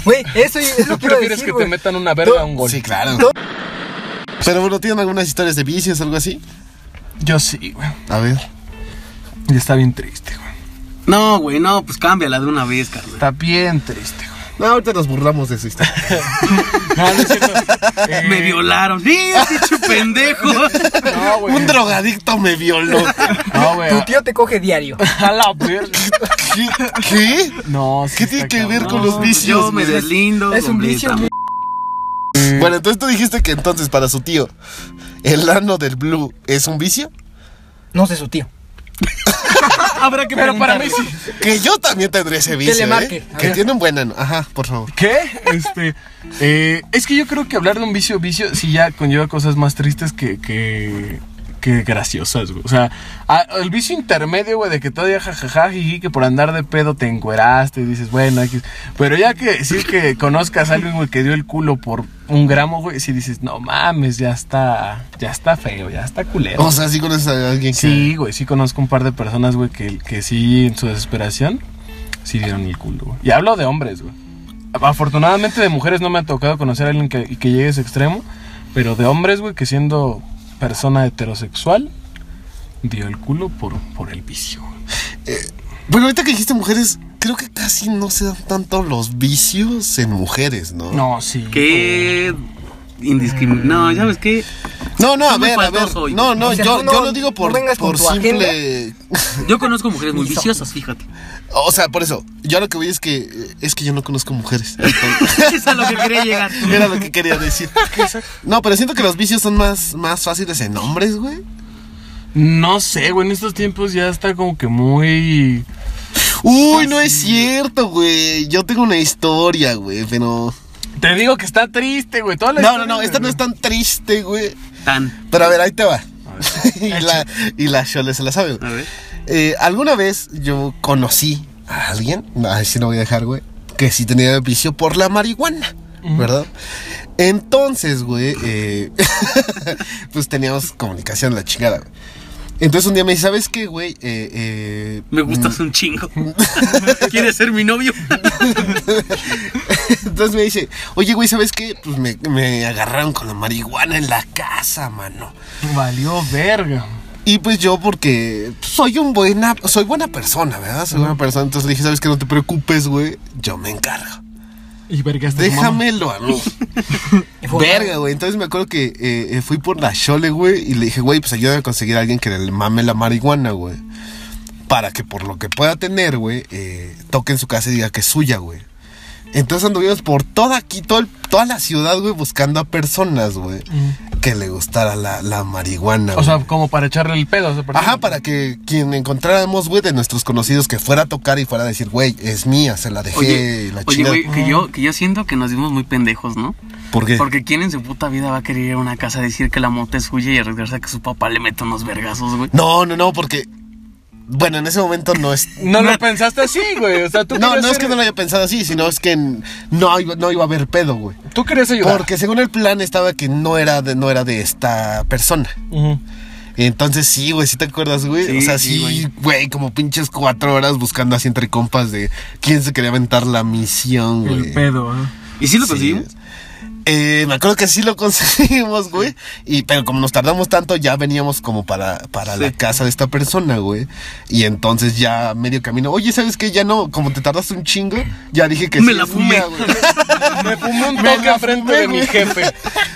B: Güey, eso
D: (laughs)
B: es lo
D: ¿Tú
B: que iba a
D: prefieres
B: decir,
D: que
B: güey.
D: te metan una verga a un gol?
A: Sí, claro. Pero bueno, ¿tienen algunas historias de vicios o algo así?
D: Yo sí, güey.
A: A ver.
D: Y está bien triste, güey.
C: No, güey, no, pues cámbiala de una vez, carnal.
D: Está bien triste, güey.
A: No, ahorita nos burlamos de su historia.
D: No, no es cierto. Eh,
C: Me violaron. ¡Sí, pinche pendejo!
D: No,
A: (laughs)
D: güey.
A: Un drogadicto me violó.
D: No, güey.
B: Tu tío te
A: (laughs)
B: coge diario.
D: A la verga.
A: ¿Qué? ¿Qué?
D: No, sí
A: ¿Qué
D: está
A: tiene que ver
D: cabrón.
A: con los vicios?
C: Yo me
A: güey?
C: deslindo.
B: Es un vicio,
C: completamente.
B: güey.
A: Bueno, entonces tú dijiste que entonces para su tío, el ano del blue es un vicio.
B: No sé su
D: (laughs)
B: tío.
C: Habrá que
D: Pero para mí
C: preguntarle.
D: sí.
A: Que yo también tendré ese vicio.
B: le
A: ¿eh?
B: marque. A
A: Que
B: ver.
A: tiene un buen ano. Ajá, por favor.
D: ¿Qué? Este. eh, es que yo creo que hablar de un vicio, vicio, sí ya conlleva cosas más tristes que. que que graciosas, güey. O sea, a- el vicio intermedio, güey, de que todavía jajaja, jiji, que por andar de pedo te encueraste y dices, bueno, X. Pero ya que decir que conozcas a alguien, güey, que dio el culo por un gramo, güey, sí dices, no mames, ya está, ya está feo, ya está culero.
A: O sea, sí conoces a alguien que.
D: Sí, güey, sí conozco un par de personas, güey, que, que sí, en su desesperación, sí dieron el culo, güey. Y hablo de hombres, güey. Afortunadamente de mujeres no me ha tocado conocer a alguien que, y que llegue a ese extremo, pero de hombres, güey, que siendo persona heterosexual, dio el culo por, por el vicio. güey.
A: Bueno, ahorita que dijiste mujeres, creo que casi no se dan tanto los vicios en mujeres, ¿no?
D: No, sí.
C: Qué indiscriminado. No, ¿sabes qué?
A: No, no, a
C: Muy
A: ver, a ver.
C: faltoso, oye.
A: No, no,
B: O sea,
A: yo,
B: tú no-
A: yo lo digo
B: no
A: por,
B: vengas con
A: por
B: tu
A: simple.
C: Yo conozco mujeres muy
B: Mis ojos.
C: viciosas, fíjate.
A: O sea, por eso. Yo a lo que voy es que. Es que yo no conozco mujeres.
C: es a lo que quería llegar.
A: (laughs) Era lo que quería decir. No, pero siento que los vicios son más, más fáciles en hombres, güey.
D: No sé, güey, en estos tiempos ya está como que muy...
A: Uy, no es cierto, güey. Yo tengo una historia, güey, pero.
D: Te digo que está triste, güey. Toda la
A: No, no,
D: historia,
A: no, esta no es tan triste, güey.
C: Tan.
A: Pero a ver, ahí te va. (laughs) y, la, y la Chole se la sabe,
C: A
A: güey.
C: ver.
A: Eh, Alguna vez yo conocí a alguien, ay, sí lo voy a dejar, güey, que sí tenía vicio por la marihuana, ¿verdad? Entonces, güey, eh, (laughs) pues teníamos comunicación, la chingada, güey. Entonces un día me dice, ¿sabes qué, güey? Eh, eh,
C: Me gustas un chingo. ¿Quieres ser mi novio?
A: (laughs) Entonces me dice, oye, güey, ¿sabes qué? Pues me, me agarraron con la marihuana en la casa, mano.
D: Valió verga.
A: Y pues yo, porque soy un buena, soy buena persona, ¿verdad? Soy buena persona. Entonces le dije, ¿sabes qué? No te preocupes, güey. Yo me encargo.
D: Y verga, este
A: Déjamelo a mí. (laughs) Verga, güey. Entonces me acuerdo que eh, eh, fui por la Chole, güey, y le dije, güey, pues ayúdame a conseguir a alguien que le mame la marihuana, güey. Para que por lo que pueda tener, güey, eh, toque en su casa y diga que es suya, güey. Entonces anduvimos por toda aquí, todo el- toda la ciudad, güey, buscando a personas, güey, que le gustara la, la marihuana.
D: O
A: güey.
D: sea, como para echarle el pedo. o sea,
A: Ajá, para que quien encontráramos, güey, de nuestros conocidos que fuera a tocar y fuera a decir, güey, es mía, se la dejé,
C: Oye,
A: la
C: oye,
A: chingada.
C: güey, que yo, que yo siento que nos vimos muy pendejos, ¿no?
A: ¿Por qué?
C: Porque quién en su puta vida va a querer ir a una casa a decir que la moto es suya y arriesgarse a que su papá le meta unos vergazos, güey.
A: No, no, no, porque. Bueno, en ese momento no es.
D: No lo pensaste así, güey. O sea, tú
A: No,
D: querías
A: no es
D: ser-
A: que no lo haya pensado así, sino es que n- no, iba- no iba a haber pedo, güey.
D: Tú querías ayudar.
A: Porque según el plan estaba que no era de, no era de esta persona.
D: Ujú.
A: Entonces sí, güey, sí te acuerdas, güey.
C: Sí,
A: o sea,
C: sí,
A: sí,
C: güey.
A: güey, como pinches cuatro horas buscando así entre compas de quién se quería aventar la misión, güey.
D: El pedo, ¿eh?
C: ¿Y si lo
A: Sí.
C: conseguimos?
A: Eh, me acuerdo que sí lo (laughs) conseguimos, güey. Y, pero como nos tardamos tanto, ya veníamos como para, para la
C: Sí.
A: casa de esta persona, güey. Y entonces ya medio camino. Oye, ¿sabes qué? Ya no, como te tardaste un chingo, ya dije que
C: Me
A: sí
C: la
A: es
C: fumé.
A: mía, güey. (laughs)
D: Me fumé un
A: Me
D: toque
A: la
D: enfrente
A: fumé,
D: de mi
A: güey.
D: jefe.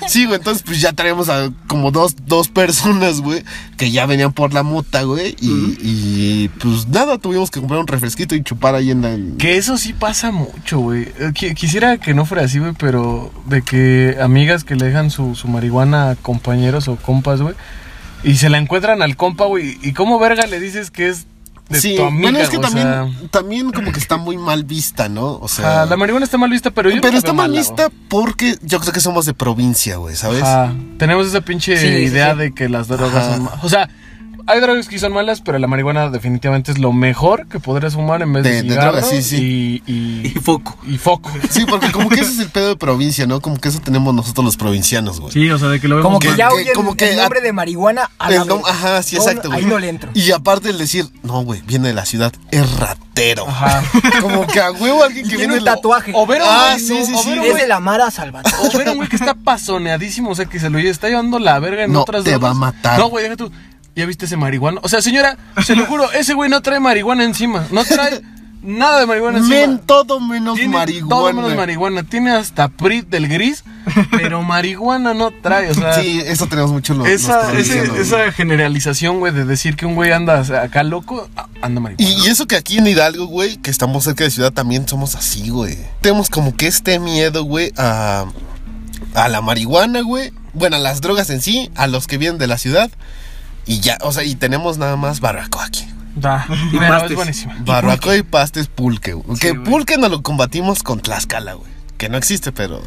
A: Sí, güey, entonces pues ya traemos a como dos, dos personas, güey, que ya venían por la mota, güey. Y, y, pues nada, tuvimos que comprar un refresquito y chupar ahí en la...
D: Que eso sí pasa mucho, güey. Eh, qui- Quisiera que no fuera así, güey, pero de que amigas que le dejan su, su marihuana a compañeros o compas, güey, y se la encuentran al compa, güey, y cómo verga le dices que es de
A: sí,
D: tu amiga,
A: bueno, es que
D: güey, o
A: también,
D: sea,
A: también como que está muy mal vista, ¿no? O sea...
D: ajá, la marihuana está mal vista, pero yo no
A: Pero
D: la
A: está
D: veo
A: mal
D: mala,
A: vista porque yo creo que somos de provincia, güey, ¿sabes?
D: güey. Ajá, tenemos esa pinche
B: Sí, sí,
D: idea
B: sí.
D: de que las drogas
A: Ajá.
D: son malas. O sea, hay drogas que son malas, pero la marihuana definitivamente es lo mejor que podrías fumar en vez de,
A: De- de
D: cigarro
A: drogas, sí, sí.
D: y-
C: Y
D: y,
C: foco.
D: y foco.
A: Sí, porque como que ese
D: (laughs)
A: es el pedo de provincia, ¿no? Como que eso tenemos nosotros los provincianos, güey.
D: Sí, o sea, de que lo vemos
B: Como que
A: que-
B: ya
A: que-
B: oyen
A: como que
B: el nombre
A: a-
B: de marihuana a la
A: El nom-
B: vez.
A: Ajá, sí,
B: No,
A: exacto, güey.
B: Ahí no le entro.
A: Y aparte el decir, no, güey, viene de la ciudad, es ratero.
D: Ajá.
A: (laughs) Como que a huevo alguien
B: Y
A: que
B: tiene
A: viene...
B: un
A: lo-
B: tatuaje.
D: O ver a un
A: Ah,
D: güey,
A: sí,
D: ¿no?
A: sí,
D: O
A: sí.
D: ver a un
B: es
D: güey-
B: de la Mara Salvatore.
D: O ver a un güey que está pasoneadísimo, o sea, que se lo está llevando la verga en
A: No,
D: otras
A: te
D: drogas.
A: va a matar.
D: No, güey, deja tú. ¿Ya viste ese marihuano? O sea, señora, se lo juro, ese güey no trae marihuana encima. No trae nada de marihuana encima.
A: Men, todo menos
D: Tiene
A: marihuana.
D: Todo menos marihuana. Tiene hasta Prit del gris, pero marihuana no trae, o sea.
A: Sí, eso tenemos mucho los, los
D: Esa, ese-
A: provincianos, güey.
D: esa generalización, güey, de decir que un güey anda acá loco, ah, anda marihuana.
A: Y, y eso que aquí en Hidalgo, güey, que estamos cerca de ciudad, también somos así, güey. Tenemos como que este miedo, güey, a, a la marihuana, güey. Bueno, a las drogas en sí, a los que vienen de la ciudad. Y ya, o sea, y tenemos nada más barbacoa aquí.
D: Da.
C: Y
D: Pero es
C: pastes.
D: buenísima.
A: Barbacoa y pastes pulque, güey. que
C: güey.
A: pulque no lo combatimos con Tlaxcala, güey. Que no existe, pero...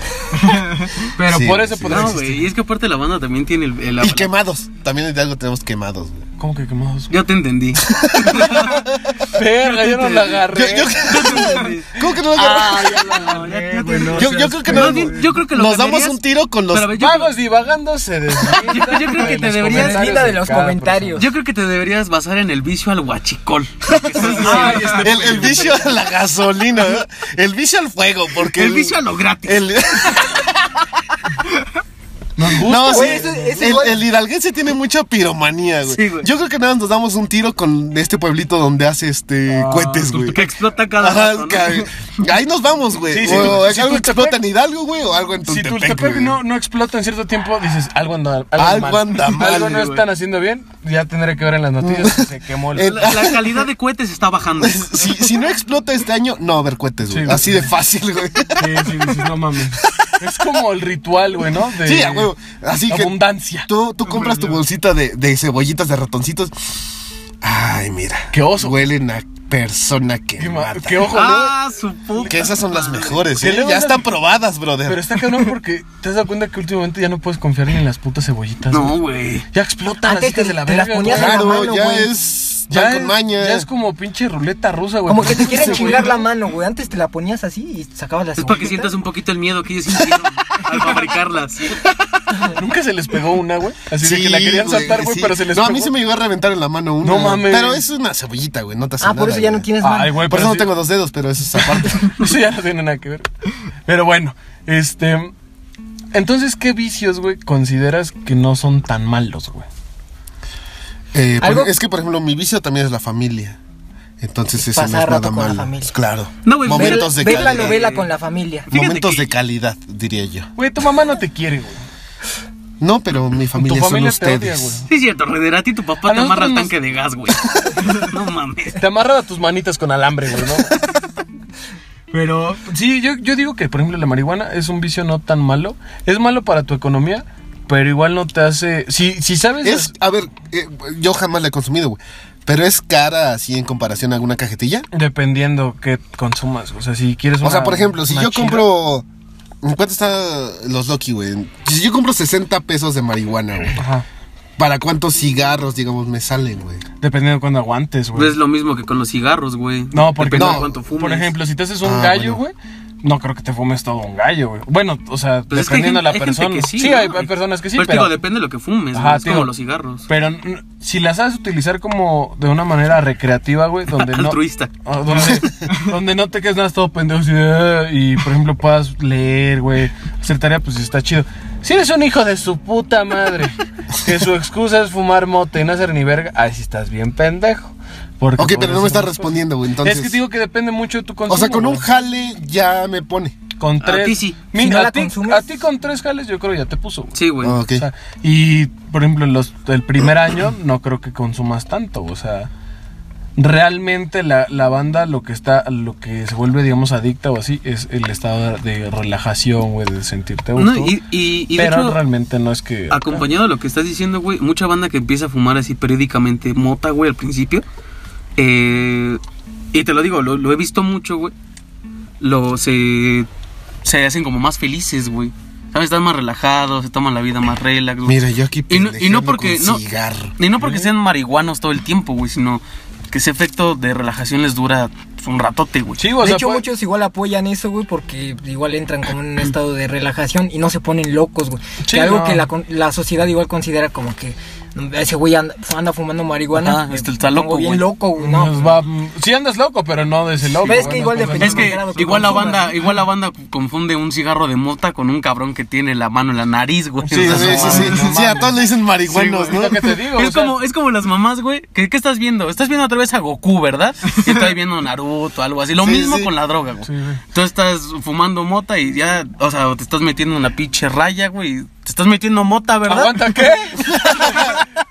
D: Pero
A: Sí,
D: por eso
A: sí.
D: podrá
C: No,
D: existir.
C: güey. Y es que aparte la banda también tiene el. el- la-
A: Y quemados. También en Hidalgo tenemos quemados, güey.
D: ¿Cómo que
C: (laughs)
D: quemados?
C: Yo
A: (laughs)
C: te entendí.
D: Verga, yo no la agarré.
A: Yo, yo- (laughs) ¿Cómo que no
C: (laughs)
A: lo agarré?
C: Ya te-
A: Yo, yo creo que
C: Más
A: no-
C: bien, yo creo que lo
A: nos damos
C: cambiarías-
A: un tiro con los...
C: Pero a ver, yo,
D: Vagos divagando se deslindan
C: Yo- yo creo que
D: de
C: te
D: los
C: deberías-
D: comentarios
B: Linda de los
D: cada
B: comentarios.
C: yo creo que te deberías basar en el vicio al
A: (laughs)
C: guachicol. Ah,
D: persona. Ay, este
A: El, el vicio a la gasolina, ¿no? El vicio al fuego, porque...
C: El vicio a lo gratis.
A: el-
D: Nos gusta.
A: No, sí,
B: Güey, ese- ese
A: el,
B: igual-
A: el hidalguense tiene mucha piromanía, güey.
C: Sí, güey.
A: Yo creo que nada más nos damos un tiro con este pueblito donde hace este cohetes, güey.
C: Que explota cada
A: Ajá,
C: rato, ¿no?
A: ca- Ahí nos vamos, güey.
D: Sí, sí,
A: o
D: sí,
A: es
D: sí,
A: algo que
D: Tultepec.
A: explota en Hidalgo, güey, o algo en
D: Si
A: Tultepec.
D: Tultepec
A: güey.
D: no, no explota en cierto tiempo, dices algo anda, algo
A: Algo
D: mal.
A: anda mal,
D: Algo no
A: güey.
D: están haciendo bien. Ya tendré que ver en las noticias que se quemó
A: (laughs)
D: la-
A: El-
C: La, la calidad de cohetes está bajando.
A: (laughs) si, si no explota este año, no va a haber cohetes, güey.
D: Sí, güey.
A: Así de fácil, güey.
D: Sí, sí, dices, no mames. Es como el ritual, güey, ¿no? De
A: Sí, a huevo. Así que
D: abundancia.
A: tú, tú compras tu bolsita de, de cebollitas, de ratoncitos. Ay, mira.
D: Qué oso.
A: Huelen a persona que
D: (laughs) Qué, ma-
A: mata.
D: qué ojo, ¿no?
C: Ah, su puta.
A: Que esas son las mejores,
D: Que
A: ¿eh?
D: luego
A: Ya
D: las-
A: están probadas, brother.
D: Pero está cabrón porque te has dado cuenta que últimamente ya no puedes confiar ni en las putas cebollitas.
C: No,
D: güey.
C: güey.
D: Ya explotan las
B: Antes
D: hijas
B: Ah, te-
D: de la
B: te las
D: verga. güey. Ah,
B: ponías en la
A: claro,
B: mano,
A: ya
B: güey.
A: es.
D: Ya
A: van
D: es,
A: con maña.
D: ya es como pinche ruleta rusa, güey.
B: Como que te quieren
D: (laughs) Sí, güey.
B: chingar la mano, güey. Antes te la ponías así y sacabas las
C: Es para que sientas un poquito el miedo que ellos sintieron al fabricarlas.
D: Nunca se les pegó una, güey. Así de
A: Sí,
D: que la querían
A: güey,
D: saltar, güey,
A: sí.
D: pero se les
A: No,
D: pegó.
A: a mí se me llegó a reventar en la mano una.
D: No mames.
A: Pero es una cebollita, güey, no te hace
B: Ah, por
A: nada,
B: eso ya no
A: güey.
B: tienes mano.
D: Ay, güey,
A: Por eso
D: pero
A: no
D: sí-
A: tengo dos dedos, pero eso es
D: (laughs)
A: aparte.
D: Eso (laughs) ya no tiene nada que ver. Pero bueno, este. Entonces, ¿qué vicios, güey, consideras que no son tan malos, güey?
A: Eh, por-
B: ¿Algo?
A: es que, por ejemplo, mi vicio también es la familia. Entonces, eso no es
B: Pasar
A: nada
B: rato con la
A: malo.
B: familia.
A: Claro.
C: No, güey,
B: Ver,
A: momentos de
B: ver la
A: calidad.
B: novela con la familia.
C: Fíjate
A: momentos
C: que-
A: de calidad, diría yo.
D: Güey, tu mamá no te quiere, güey.
A: No, pero mi familia,
D: tu familia
A: son ustedes.
D: te odia, güey.
C: Sí, es cierto, Redera, a ti tu papá
D: A
C: te amarra
D: nosotros
C: al
D: nos-
C: tanque de gas,
D: (laughs)
C: güey. No mames.
D: Te amarra a tus manitas con alambre, güey, ¿no? Pero sí, yo, yo digo que, por ejemplo, la marihuana es un vicio no tan malo. Es malo para tu economía, pero igual no te hace. Si, si sabes.
A: Es, a ver, eh, yo jamás la he consumido, güey. Pero es cara así en comparación a alguna cajetilla.
D: Dependiendo qué consumas. O sea, si quieres
A: O sea,
D: una-
A: por ejemplo, si
D: una
A: yo
D: chida-
A: compro. ¿En cuánto están los Loki, güey? Si yo compro 60 pesos de marihuana, güey.
D: Ajá.
A: ¿Para cuántos cigarros, digamos, me salen, güey?
D: Dependiendo de cuándo aguantes, güey.
C: Pues es lo mismo que con los cigarros, güey.
D: No, porque
C: Depende
A: no,
C: de cuánto fumes.
D: Por ejemplo, si te haces un
A: Ah,
D: gallo, güey,
A: bueno.
D: no creo que te fumes todo un gallo, güey. Bueno, o sea,
C: Pues es que hay
D: dependiendo de la
C: gente- hay gente
D: persona.
C: que sí,
D: sí,
C: ¿no?
D: hay, hay personas que sí,
C: Pues te
D: pero
C: digo, depende de lo que fumes,
D: Ajá,
C: güey. Es
D: te digo,
C: como los cigarros.
D: Pero mm, si la sabes utilizar como de una manera recreativa, güey, donde
C: (laughs)
D: no.
C: Altruista.
D: Ah, Donde,
B: (laughs)
D: donde no te quedes nada todo pendejo así, "Ah", y por ejemplo puedas leer, güey, hacer tarea, pues está chido. Si eres un hijo de su puta madre, que su excusa es fumar mote y no hacer ni verga, ay, si estás bien pendejo. Porque
A: Ok, pero no me
D: puedes hacer
A: estás
D: más cosas.
A: respondiendo, güey. Entonces.
D: Es que te digo que depende mucho de tu consumo.
A: o sea, con un
D: güey.
A: jale ya me pone.
D: Con
C: A
D: tres.
C: ti sí.
D: Mira,
B: Si no
D: a,
B: la
D: ti,
B: consumes.
D: a ti con tres jales yo creo ya te puso. güey.
C: Sí, güey.
A: Ok.
D: O sea, y por ejemplo, los, el primer año no creo que consumas tanto. O sea, realmente la, la banda lo que está, lo que se vuelve, digamos, adicta o así, es el estado de, de relajación, güey, de sentirte a gusto.
C: No, y, y, y de
D: pero
C: hecho,
D: realmente no es que.
C: acompañado de lo que estás diciendo, güey, mucha banda que empieza a fumar así periódicamente mota, güey, al principio. eh, y te lo digo, lo, lo he visto mucho, güey. Lo se, se hacen como más felices, güey. ¿Sabes? Están más relajados, se toman la vida más relax, güey.
A: Mira, yo aquí
C: Y no- y no
A: pendejeando
C: porque-
A: con
C: no.
A: cigarro. ¿Eh?
C: Y no porque sean marihuanos todo el tiempo, güey, sino que ese efecto de relajación les dura pues, un ratote, güey.
D: Sí, o
B: de
D: sea,
B: hecho,
D: puede-
B: muchos igual apoyan eso, güey, porque igual entran como en un estado de relajación y no se ponen locos, güey.
D: Sí,
B: que algo
D: no.
B: que la, con- la sociedad igual considera como que mm, ese güey anda, anda fumando marihuana.
C: Ajá,
B: me
C: este está
B: pongo
C: loco,
B: bien
C: güey.
B: loco, güey. No,
D: nos pues, va- sí andas loco, pero no de ese loco.
B: Ves que
D: güey,
B: igual
D: no Pues, pasa
B: depende-
C: Es
D: nada.
C: que igual la banda, igual la banda confunde un cigarro de mota con un cabrón que tiene la mano en la nariz, güey.
D: Sí,
A: Sí,
C: O sea,
A: sí,
D: no
A: sí, sí.
D: mames, no
A: Sí, a
D: mames.
A: todos le dicen marihuanos,
D: Es lo
A: ¿no?
D: que te digo. o
C: Es
D: sea,
C: como, es como las mamás, güey. ¿Qué, qué estás viendo? Estás viendo otra vez a Goku, ¿verdad?
A: (laughs)
C: Y estás viendo Naruto, algo así. Lo
A: Sí,
C: mismo
A: sí.
C: con la droga, güey.
D: Sí, güey.
C: Tú estás fumando mota y ya, o sea, te estás metiendo una pinche raya, güey. Te estás metiendo mota, ¿verdad?
D: ¿Aguanta qué? (laughs)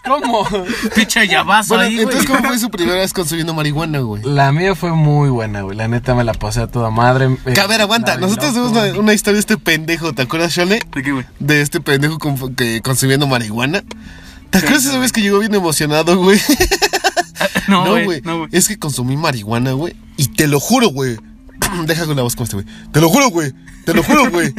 D: ¿Cómo?
C: Pinche yabazo
A: Bueno,
C: ahí,
A: entonces,
C: güey.
A: ¿cómo fue su primera vez consumiendo marihuana, güey?
D: La mía fue muy buena, güey. La neta me la pasé a toda madre. Eh,
A: Que, A ver, aguanta.
D: la
A: Nosotros
D: loco.
A: tuvimos una, una historia de este pendejo, ¿te acuerdas, Shole?
C: ¿De qué, güey?
A: De este pendejo con- que consumiendo marihuana. ¿Te acuerdas esa vez que llegó bien emocionado, güey?
C: (laughs) No, güey. No, güey.
A: es que consumí marihuana, güey. Y te lo juro, güey. (clears throat) Deja con la voz como este, güey. Te lo juro, güey. Te lo juro, (laughs) güey.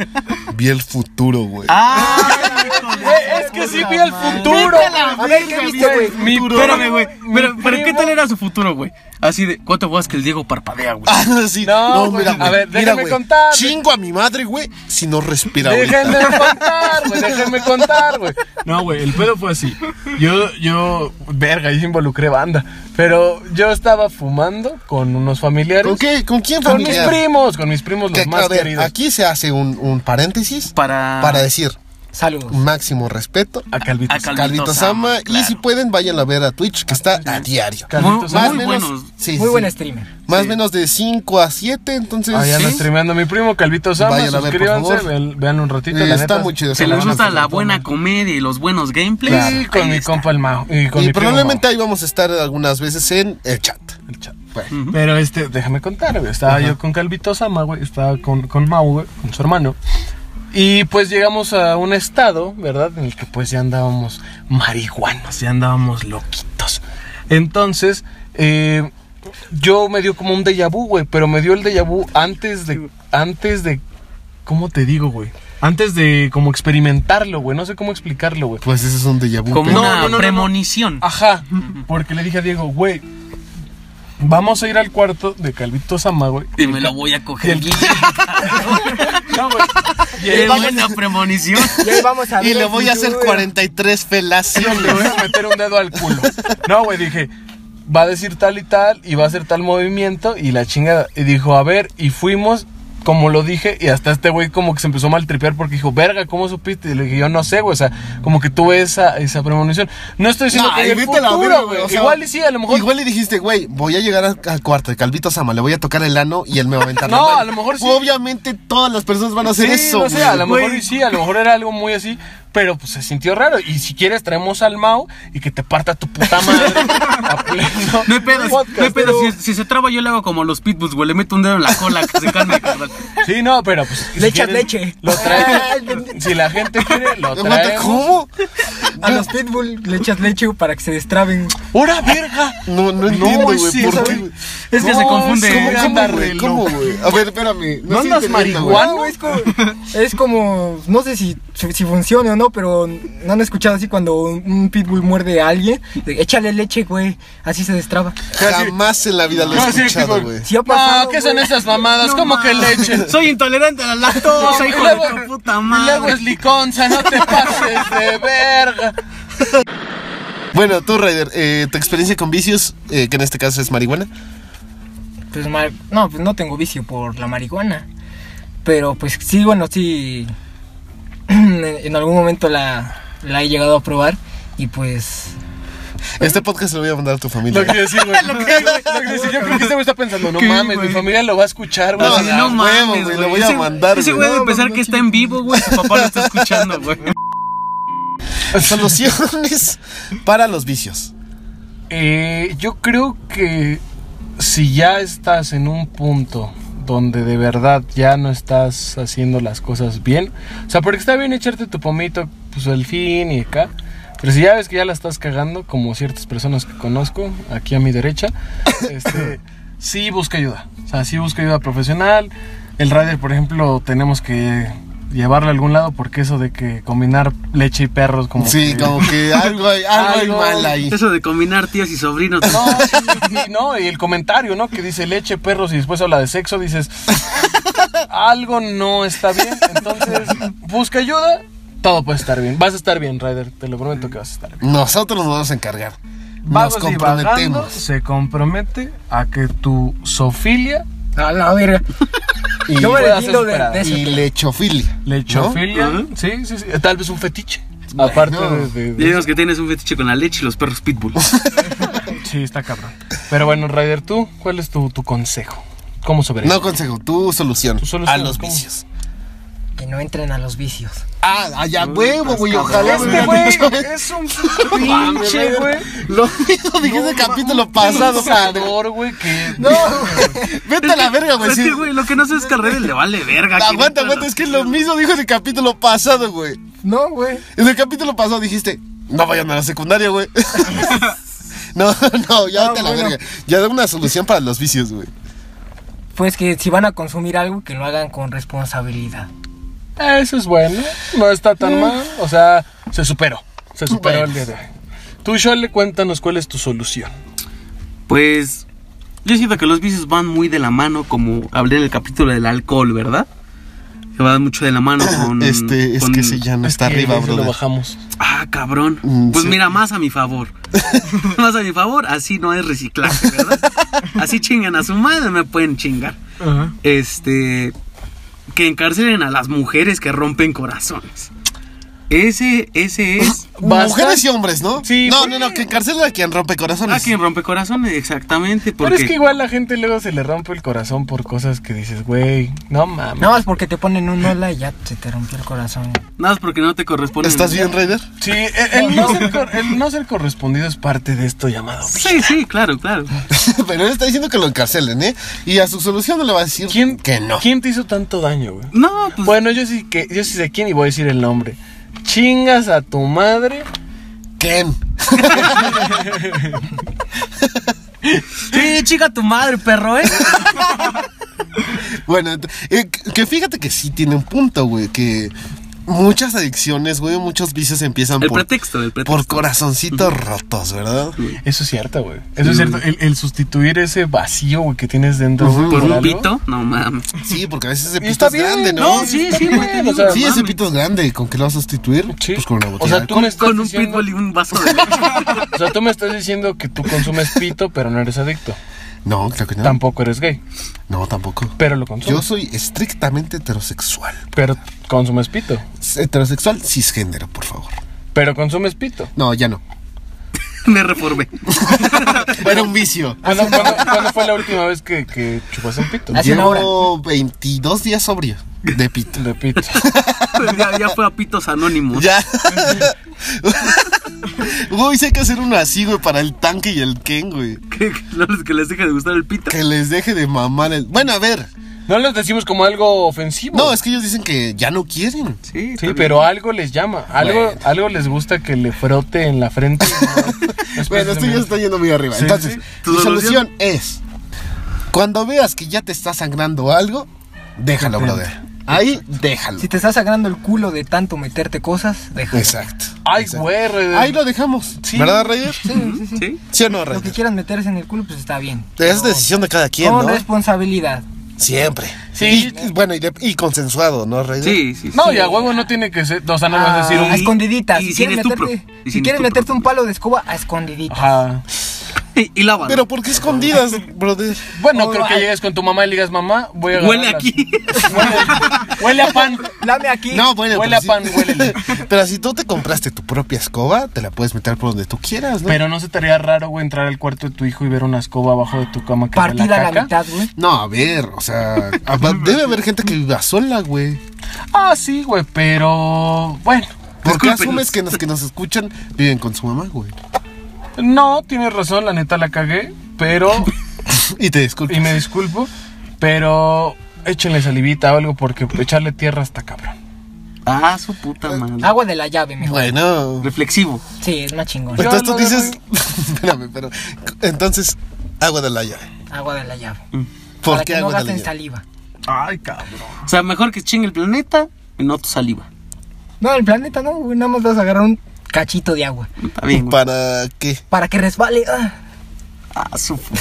A: Vi el futuro, güey.
C: Ah, (laughs) hijo de-
D: Eh, es que sí vi el futuro.
B: A ver, ¿qué viste, güey?
D: Mi
C: Espérame, güey.
D: mi
C: Pero, pero ¿qué
D: primo-
C: tal era su futuro, güey? Así de, ¿cuánto vas que el Diego parpadea, güey?
A: Ah, sí.
D: No, güey. A ver,
A: mira,
D: déjame
A: güey.
D: contar.
A: Chingo a mi madre, güey, si no respira, güey. (laughs)
D: Déjenme contar, güey, déjenme contar, güey. No, güey, el pedo fue así. Yo, yo, verga, yo involucré banda. Pero yo estaba fumando con unos familiares.
A: ¿Con qué? ¿Con quién
D: Con mis
A: familiar?
D: primos, con mis primos los
A: Que,
D: más
A: a ver,
D: queridos.
A: aquí se hace un, un paréntesis
C: Para-
A: para decir,
B: Saludos.
A: Máximo respeto.
D: A Calvito.
C: A Cal- Calvito
A: Calvito Sama.
C: Sama, claro.
A: Y si pueden, vayan a ver a Twitch, que está a diario.
D: Calvito
C: Muy-
D: Sama.
A: Más o menos-
C: buenos.
A: sí, sí,
B: Muy buen
A: sí.
B: streamer.
A: Más o menos de 5 a 7, entonces.
D: Ahí anda
A: sí.
D: streameando mi primo, Calvito Sama.
A: Vayan a ver, por
D: Suscríbanse,
A: favor.
D: vean, eh, vean un ratito.
A: Eh,
D: la
A: está
D: neta.
A: muy chido.
C: Si
A: se la
C: les
A: van a
C: gusta
A: pasar
C: la
A: muy
C: buena comedia y los buenos gameplays,
D: Y con
C: ahí
D: mi
C: está.
D: compa el Mao. Y con
A: bien.
D: mi
A: Y
D: primo
A: probablemente ahí vamos a estar algunas veces en el chat.
D: Mao, el chat.
A: Bueno,
D: Pero este, déjame contar, güey. Estaba yo con Calvito Sama, güey. Estaba con, con Mau, güey, con su hermano. Y pues llegamos a un estado, ¿verdad? En el que pues ya andábamos marihuanos, ya andábamos loquitos. Entonces, eh, yo me dio como un déjà vu, güey. Pero me dio el déjà vu antes de. Antes de. ¿Cómo te digo, güey? Antes de como experimentarlo, güey. No sé cómo explicarlo, güey.
A: pues ese es un déjà vu.
C: Como
A: pero-
D: No,
C: una
D: no, Ah, no, no.
C: premonición.
D: Ajá, porque le dije a Diego, güey, vamos a ir al cuarto de Calvito Sama, güey.
C: Y me lo voy a coger.
D: Y No, (laughs) güey. Y
C: Qué
D: él, güey,
C: buena premonición.
B: Y ahí vamos a
A: Y
B: ver
A: le
B: el
A: voy a hacer
B: futuro.
A: 43
D: le voy
A: felaciones.
D: a meter un dedo al culo. No, güey, dije, va a decir tal y tal, y va a hacer tal movimiento, y la chingada. Y dijo, a ver, y fuimos, como lo dije, y hasta este güey como que se empezó a maltripear porque dijo, verga, ¿cómo supiste? Y le dije, yo no sé, güey, o sea, como que tuve esa, esa premonición. No estoy diciendo
A: No,
D: que
A: y
D: en el
A: vete a la
D: futuro,
A: verga,
D: güey.
A: güey, o sea,
D: Igual y sí, a lo mejor...
A: Igual le dijiste, güey, voy a llegar a- al cuarto de Calvito Sama, le voy a tocar el ano y él me va a
D: (laughs)
A: aventar la
D: No,
A: mano.
D: a lo mejor sí.
A: Obviamente todas las personas van a hacer
D: Sí,
A: eso.
D: no sé,
A: güey.
D: a lo mejor
A: Güey.
D: y sí, a lo mejor era algo muy así, pero pues se sintió raro. Y si quieres traemos al Mao y que te parta tu puta madre. a pleno
C: No hay pedo,
D: podcast,
C: no hay pedo.
D: pero-
C: Si, si se traba, yo le hago como los pitbulls, güey. Le meto un dedo en la cola que se calme,
D: (laughs)
C: carnal.
D: Sí, no, pero pues.
B: Le echas leche.
D: Lo traemos. si la gente quiere, lo
A: Aguanta,
D: traemos.
A: ¿Cómo?
B: A los pitbull le echas leche para que se destraben.
D: ¡Hora, verga!
A: No, no entiendo, güey.
D: sí,
A: ¿Por
D: ¿sabes?
A: qué? güey?
C: Es que se confunde.
A: ¿Cómo,
D: anda
A: cómo,
D: re
A: güey? ¿Cómo,
D: loco.
A: güey? A ver, espérame.
D: ¿No
A: estoy
D: andas
A: entendiendo, güey.
D: marihuana?
B: No, es como, es como- no sé si, si funciona o no, pero no han escuchado así cuando un pitbull muerde a alguien, de, échale leche, güey, así se destraba.
A: Jamás en la vida lo he
D: (laughs) No, sí,
A: escuchado,
D: tipo,
A: güey.
B: Si ha pasado,
D: No, ¿qué son
B: güey.
D: esas mamadas?
C: No
D: ¿Cómo que
C: mames.
D: leche?
C: Soy intolerante a la
D: (laughs)
C: lactosa, hijo de tu puta
D: Y luego es
C: madre.
D: liconza, no te pases de verga.
A: Bueno, tú, Ryder, eh, tu experiencia con vicios, eh, que en este caso es marihuana.
B: Pues mar- no, pues no tengo vicio por la marihuana. Pero pues sí, bueno, sí. (clears throat) En algún momento la, la he llegado a probar y pues.
A: Este podcast se lo voy a mandar a tu familia.
D: Lo que decir, güey. Lo que decir, yo creo que este güey está pensando, no
C: ¿Qué,
D: mames, mi
C: güey?
D: familia lo va a escuchar, güey.
A: No,
D: O sea,
A: no, huevo, güey, lo voy a
C: Ese-
A: mandar,
C: Ese
A: güey.
C: güey va a pensar que está en vivo, güey. Su papá lo está escuchando, güey.
D: (laughs)
A: Soluciones para los vicios.
D: Eh, yo creo que si ya estás en un punto donde de verdad ya no estás haciendo las cosas bien, o sea, porque está bien echarte tu pomito, pues al fin y acá, pero si ya ves que ya la estás cagando, como ciertas personas que conozco, aquí a mi derecha, (coughs) este, sí busca ayuda, o sea, sí busca ayuda profesional. El rider, por ejemplo, tenemos que llevarlo a algún lado porque eso de que combinar leche y perros como
A: Sí,
D: que-
A: como que algo hay, algo hay
D: Algo-
A: mal ahí.
C: Eso de combinar tíos y sobrinos.
D: No, y- y no, y el comentario, ¿no? Que dice leche, perros y después habla de sexo, dices, algo no está bien, entonces busca ayuda, todo puede estar bien. Vas a estar bien, Ryder, te lo prometo que vas a estar bien.
A: Nosotros nos vamos a encargar. Nos
D: Vagos divagando
A: comprometemos.
D: se compromete a que tu sofilia
B: A la verga.
D: y
B: Yo me
D: pueda
B: deslindo
D: ser
B: de-
D: superada.
B: de eso.
A: Y lechofilia.
D: Lechofilia,
C: ¿No?
D: sí, sí, sí, tal vez un fetiche. Aparte de- de-
C: Ya
D: de
C: vimos que tienes un fetiche con la leche y los perros
A: (laughs)
C: pitbull.
D: Sí, está cabrón. Pero bueno, Ryder, tú, ¿cuál es tu, tu consejo? ¿Cómo sobre
A: No consejo, tu solución,
D: Tu solución,
A: a los
D: ¿cómo?
A: vicios.
B: Que no entren a los vicios.
A: Ah, allá huevo, güey. Ojalá
D: Este
A: me
D: güey
A: hubieran dicho-
D: es (laughs) un pinche, güey.
A: (laughs) Lo mismo dije en el capítulo
D: (laughs)
A: pasado, (laughs) padre.
D: Pensador, güey, que...
A: No, vete a la verga, güey.
C: Es
A: sí.
C: que, güey, lo que no sé es que al Reddit le vale verga. que
A: Aguanta,
C: neta,
A: aguanta,
C: no.
A: es que lo mismo dijo en el capítulo pasado, güey.
B: No, güey.
A: En el capítulo pasado dijiste, no vayan a la secundaria,
B: (laughs)
A: güey. No, no, ya
B: No,
A: vete a la
B: bueno.
A: verga. Ya da una solución para los vicios, güey.
B: Pues que si van a consumir algo, que lo hagan con responsabilidad.
D: Eso es bueno, no está tan mal. O sea, se superó, se superó el día de hoy. Tú, Shole, cuéntanos cuál es tu solución.
C: Pues yo siento que los vicios van muy de la mano, como hablé en el capítulo del alcohol, ¿verdad? Que va mucho de
A: (coughs)
C: la mano con...
A: Este, es
C: con-
A: que se ya no
D: Mm, Es
A: está
D: que
A: arriba,
D: se Lo
A: brother.
D: bajamos.
C: Ah, cabrón.
A: Mm,
C: Pues
A: sí.
C: mira, más a mi favor. más a mi favor, así no es reciclaje, ¿verdad? así chingan a su madre, me pueden chingar. Este... Que encarcelen a las mujeres que rompen corazones. Ese, ese es
A: Ah,
C: ah,
D: Basta.
A: Mujeres y hombres, ¿no?
D: Sí,
A: No,
D: pues.
A: no, no, que encarcela a quien rompe
C: a
A: corazones.
C: quien rompe corazones, exactamente.
D: Pero
C: Porque
D: es que igual la gente luego se le rompe el corazón por cosas que dices, güey, no mames.
B: Nada más porque te ponen un hola y ya se te rompió el corazón.
C: nada más porque no te corresponde.
A: ¿Estás bien, Raider?
D: Sí, el, el no ser cor- el no ser correspondido es parte de esto llamado.
C: Sí, sí, claro, claro.
A: (laughs) Pero él está diciendo que lo encarcelen, ¿eh? Y a su solución no le va a decir
D: ¿Quién,
A: que no.
D: ¿Quién te hizo tanto daño, güey?
C: No, pues
D: Bueno, yo sí que yo sí sé quién y voy a decir el nombre. Chingas a tu madre.
A: ¿Quién?
C: sí, chica tu madre, perro, ¿eh?
A: Bueno, ent- eh, que- que fíjate que sí tiene un punto, güey, que muchas adicciones, güey, muchos vicios empiezan
C: El
A: por,
C: pretexto, el pretexto.
A: por corazoncitos rotos, ¿verdad?
D: Eso es cierto, güey. Eso es cierto. El, el sustituir ese vacío, güey, que tienes dentro. güey,
C: Por un
D: algo.
C: pito, no mames.
A: Sí, porque a veces ese
D: Y
A: pito
D: está
A: es
D: bien,
A: grande, ¿no?
D: ¿no?
A: Sí,
C: Sí,
D: está
C: sí,
D: bien,
C: güey,
D: o sea,
C: no
A: ese
C: mames.
A: pito es grande. ¿Y con qué lo vas a sustituir?
D: Sí.
A: Pues con una
D: o
A: botella.
D: sea, tú
A: de
D: me
A: alcohol.
D: estás
C: Con un
D: diciendo-
C: pitbull y un vaso de
D: (laughs) O sea, tú me estás diciendo que tú consumes pito, pero no eres adicto.
A: No, claro que no.
D: Tampoco eres gay,
A: no, tampoco.
D: pero lo
A: Yo
D: consumes.
A: soy estrictamente heterosexual.
D: Pero consumes pito.
A: Heterosexual cisgénero, por favor.
D: Pero consumes pito.
A: No, ya no.
C: Me reformé.
A: Era un vicio.
D: ¿Cuándo, cuándo- cuándo fue la última vez que, que chupaste un pito?
B: Hace una
A: Llevo 22 días sobrio de pito.
D: De pito.
C: (laughs) Ya, ya fue a pitos anónimos.
A: Ya. (laughs) Güey, sí hay que hacer uno así, güey, para el tanque y el Ken, güey.
C: Que, que los que les deja de gustar el pito.
A: Que les deje de mamar el. Bueno, a ver.
D: No les decimos como algo ofensivo.
A: No, es que ellos dicen que ya no quieren.
C: Sí, está
D: Sí,
C: bien.
D: pero algo les llama. Algo,
A: Bueno.
D: algo les gusta que le frote en la frente.
A: Bueno, esto ya está yendo muy arriba.
D: Sí,
A: Entonces,
D: sí.
A: tu
C: ¿Tu
A: solución es: cuando veas que ya te está sangrando algo, déjalo, brother. Ahí, déjalo.
B: Si te estás sangrando el culo de tanto meterte cosas, deja.
A: Exacto.
D: Ay,
A: Exacto.
D: güey. re-
A: Ahí lo dejamos.
D: Sí.
A: ¿Verdad, Reyes?
B: Sí, sí, sí.
C: Sí.
A: ¿Sí o no,
B: Lo que
A: Reyes?
B: quieras meterse en el culo, pues está bien.
A: Es decisión de cada quien,
B: Con
A: ¿no?
B: responsabilidad.
A: Siempre.
D: Sí.
A: Y- y bueno, y, de- y consensuado, ¿no, Reyes?
C: Sí, sí, sí.
D: No, y a huevo no tiene que ser. O sea, no vas a decir
B: Ah,
D: un.
B: a escondiditas.
C: y
B: si
C: sin
B: quieres,
C: estupro.
B: meterte,
C: Y
B: si
C: sin
B: quieres
C: estupro.
B: meterte un palo de escoba, a
A: Ah,
B: escondiditas.
D: Ajá.
C: Y, y lávalo.
A: Pero ¿por qué escondidas, brother?
D: Bueno,
B: Oh,
D: creo que
B: ay.
D: llegues con tu mamá y le digas, mamá, voy a. agarrar
C: Huele
D: las-
C: aquí.
D: Huele, huele a pan.
B: Lame aquí.
A: No, bueno.
D: Huele a pan, huélele.
A: (laughs) pero si tú te compraste tu propia escoba, te la puedes meter por donde tú quieras, ¿no?
D: Pero no se te haría raro, güey, entrar al cuarto de tu hijo y ver una escoba abajo de tu cama que
B: partida
D: huele a
B: a la
D: caca?
B: mitad, güey.
A: No, a ver, o sea, a- debe haber gente que viva sola, güey.
D: Ah, sí, güey, pero. Bueno.
A: ¿Por qué
C: Discúlpenos.
A: asumes que los que nos escuchan viven con su mamá, güey?
D: No, tienes razón, la neta la cagué, pero.
A: Y te
D: y
A: disculpo.
D: me disculpo, pero. Échenle salivita o algo porque echarle tierra está cabrón.
C: (laughs) Ah, su puta madre.
B: Agua de la llave, mejor.
A: Bueno.
C: Reflexivo.
B: Sí, es más chingón.
A: Pues, Entonces tú
D: lo
A: dices. (laughs) Espérame, pero. Entonces, agua de la llave.
B: Agua de la llave.
A: ¿Por
B: Para
A: qué
B: que no
A: agua de la
B: gasten
A: llave?
B: saliva.
D: Ay, cabrón.
C: O sea, mejor que chingue el planeta y no tu saliva.
B: No, el planeta no, güey. Nada más vas a agarrar un cachito de agua.
C: Está bien, güey.
A: ¿Para qué?
B: Para que resbale. ah,
C: Ah, su
D: (laughs)
C: puta.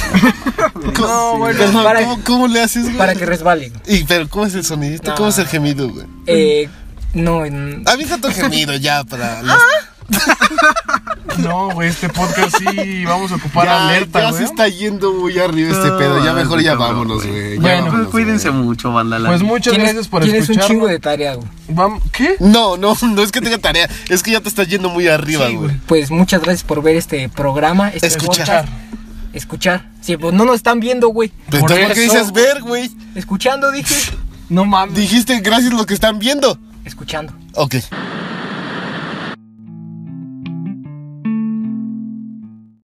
A: ¿Cómo, Perdón,
B: para-
A: ¿cómo, cómo le haces, güey?
B: para que resbale. güey.
A: Y, pero, ¿cómo es el sonidito? ¿Cómo es el gemido, güey?
B: Eh, no, mm,
A: Avisa tu gemido ya para. los-
D: No, güey, este podcast sí vamos a ocupar
A: ya,
D: alerta,
A: ya
D: güey.
A: se está yendo muy arriba este
C: No,
A: pedo. Ya
C: mames,
A: mejor ya
C: cabrón,
A: vámonos,
C: güey.
A: güey. ya
D: Bueno,
A: vámonos,
C: Pues
A: güey.
C: cuídense mucho, banda. la
D: Pues
C: neta.
D: muchas
B: tienes-
D: gracias por
B: Tienes un
D: escuchar.
B: chingo de tarea, güey.
D: ¿Qué?
A: No, no, no es que tenga tarea. Es que ya te está yendo muy arriba, güey.
B: Pues muchas gracias por ver este programa. Este
A: Escuchar.
B: podcast. Escuchar. Sí, pues no nos están viendo, güey.
A: Pero
D: Por
A: entonces, ¿por qué
D: eso,
A: dices ver, güey?
B: Escuchando, dije. No mames.
A: Dijiste gracias lo que están viendo.
B: Escuchando.
A: Ok.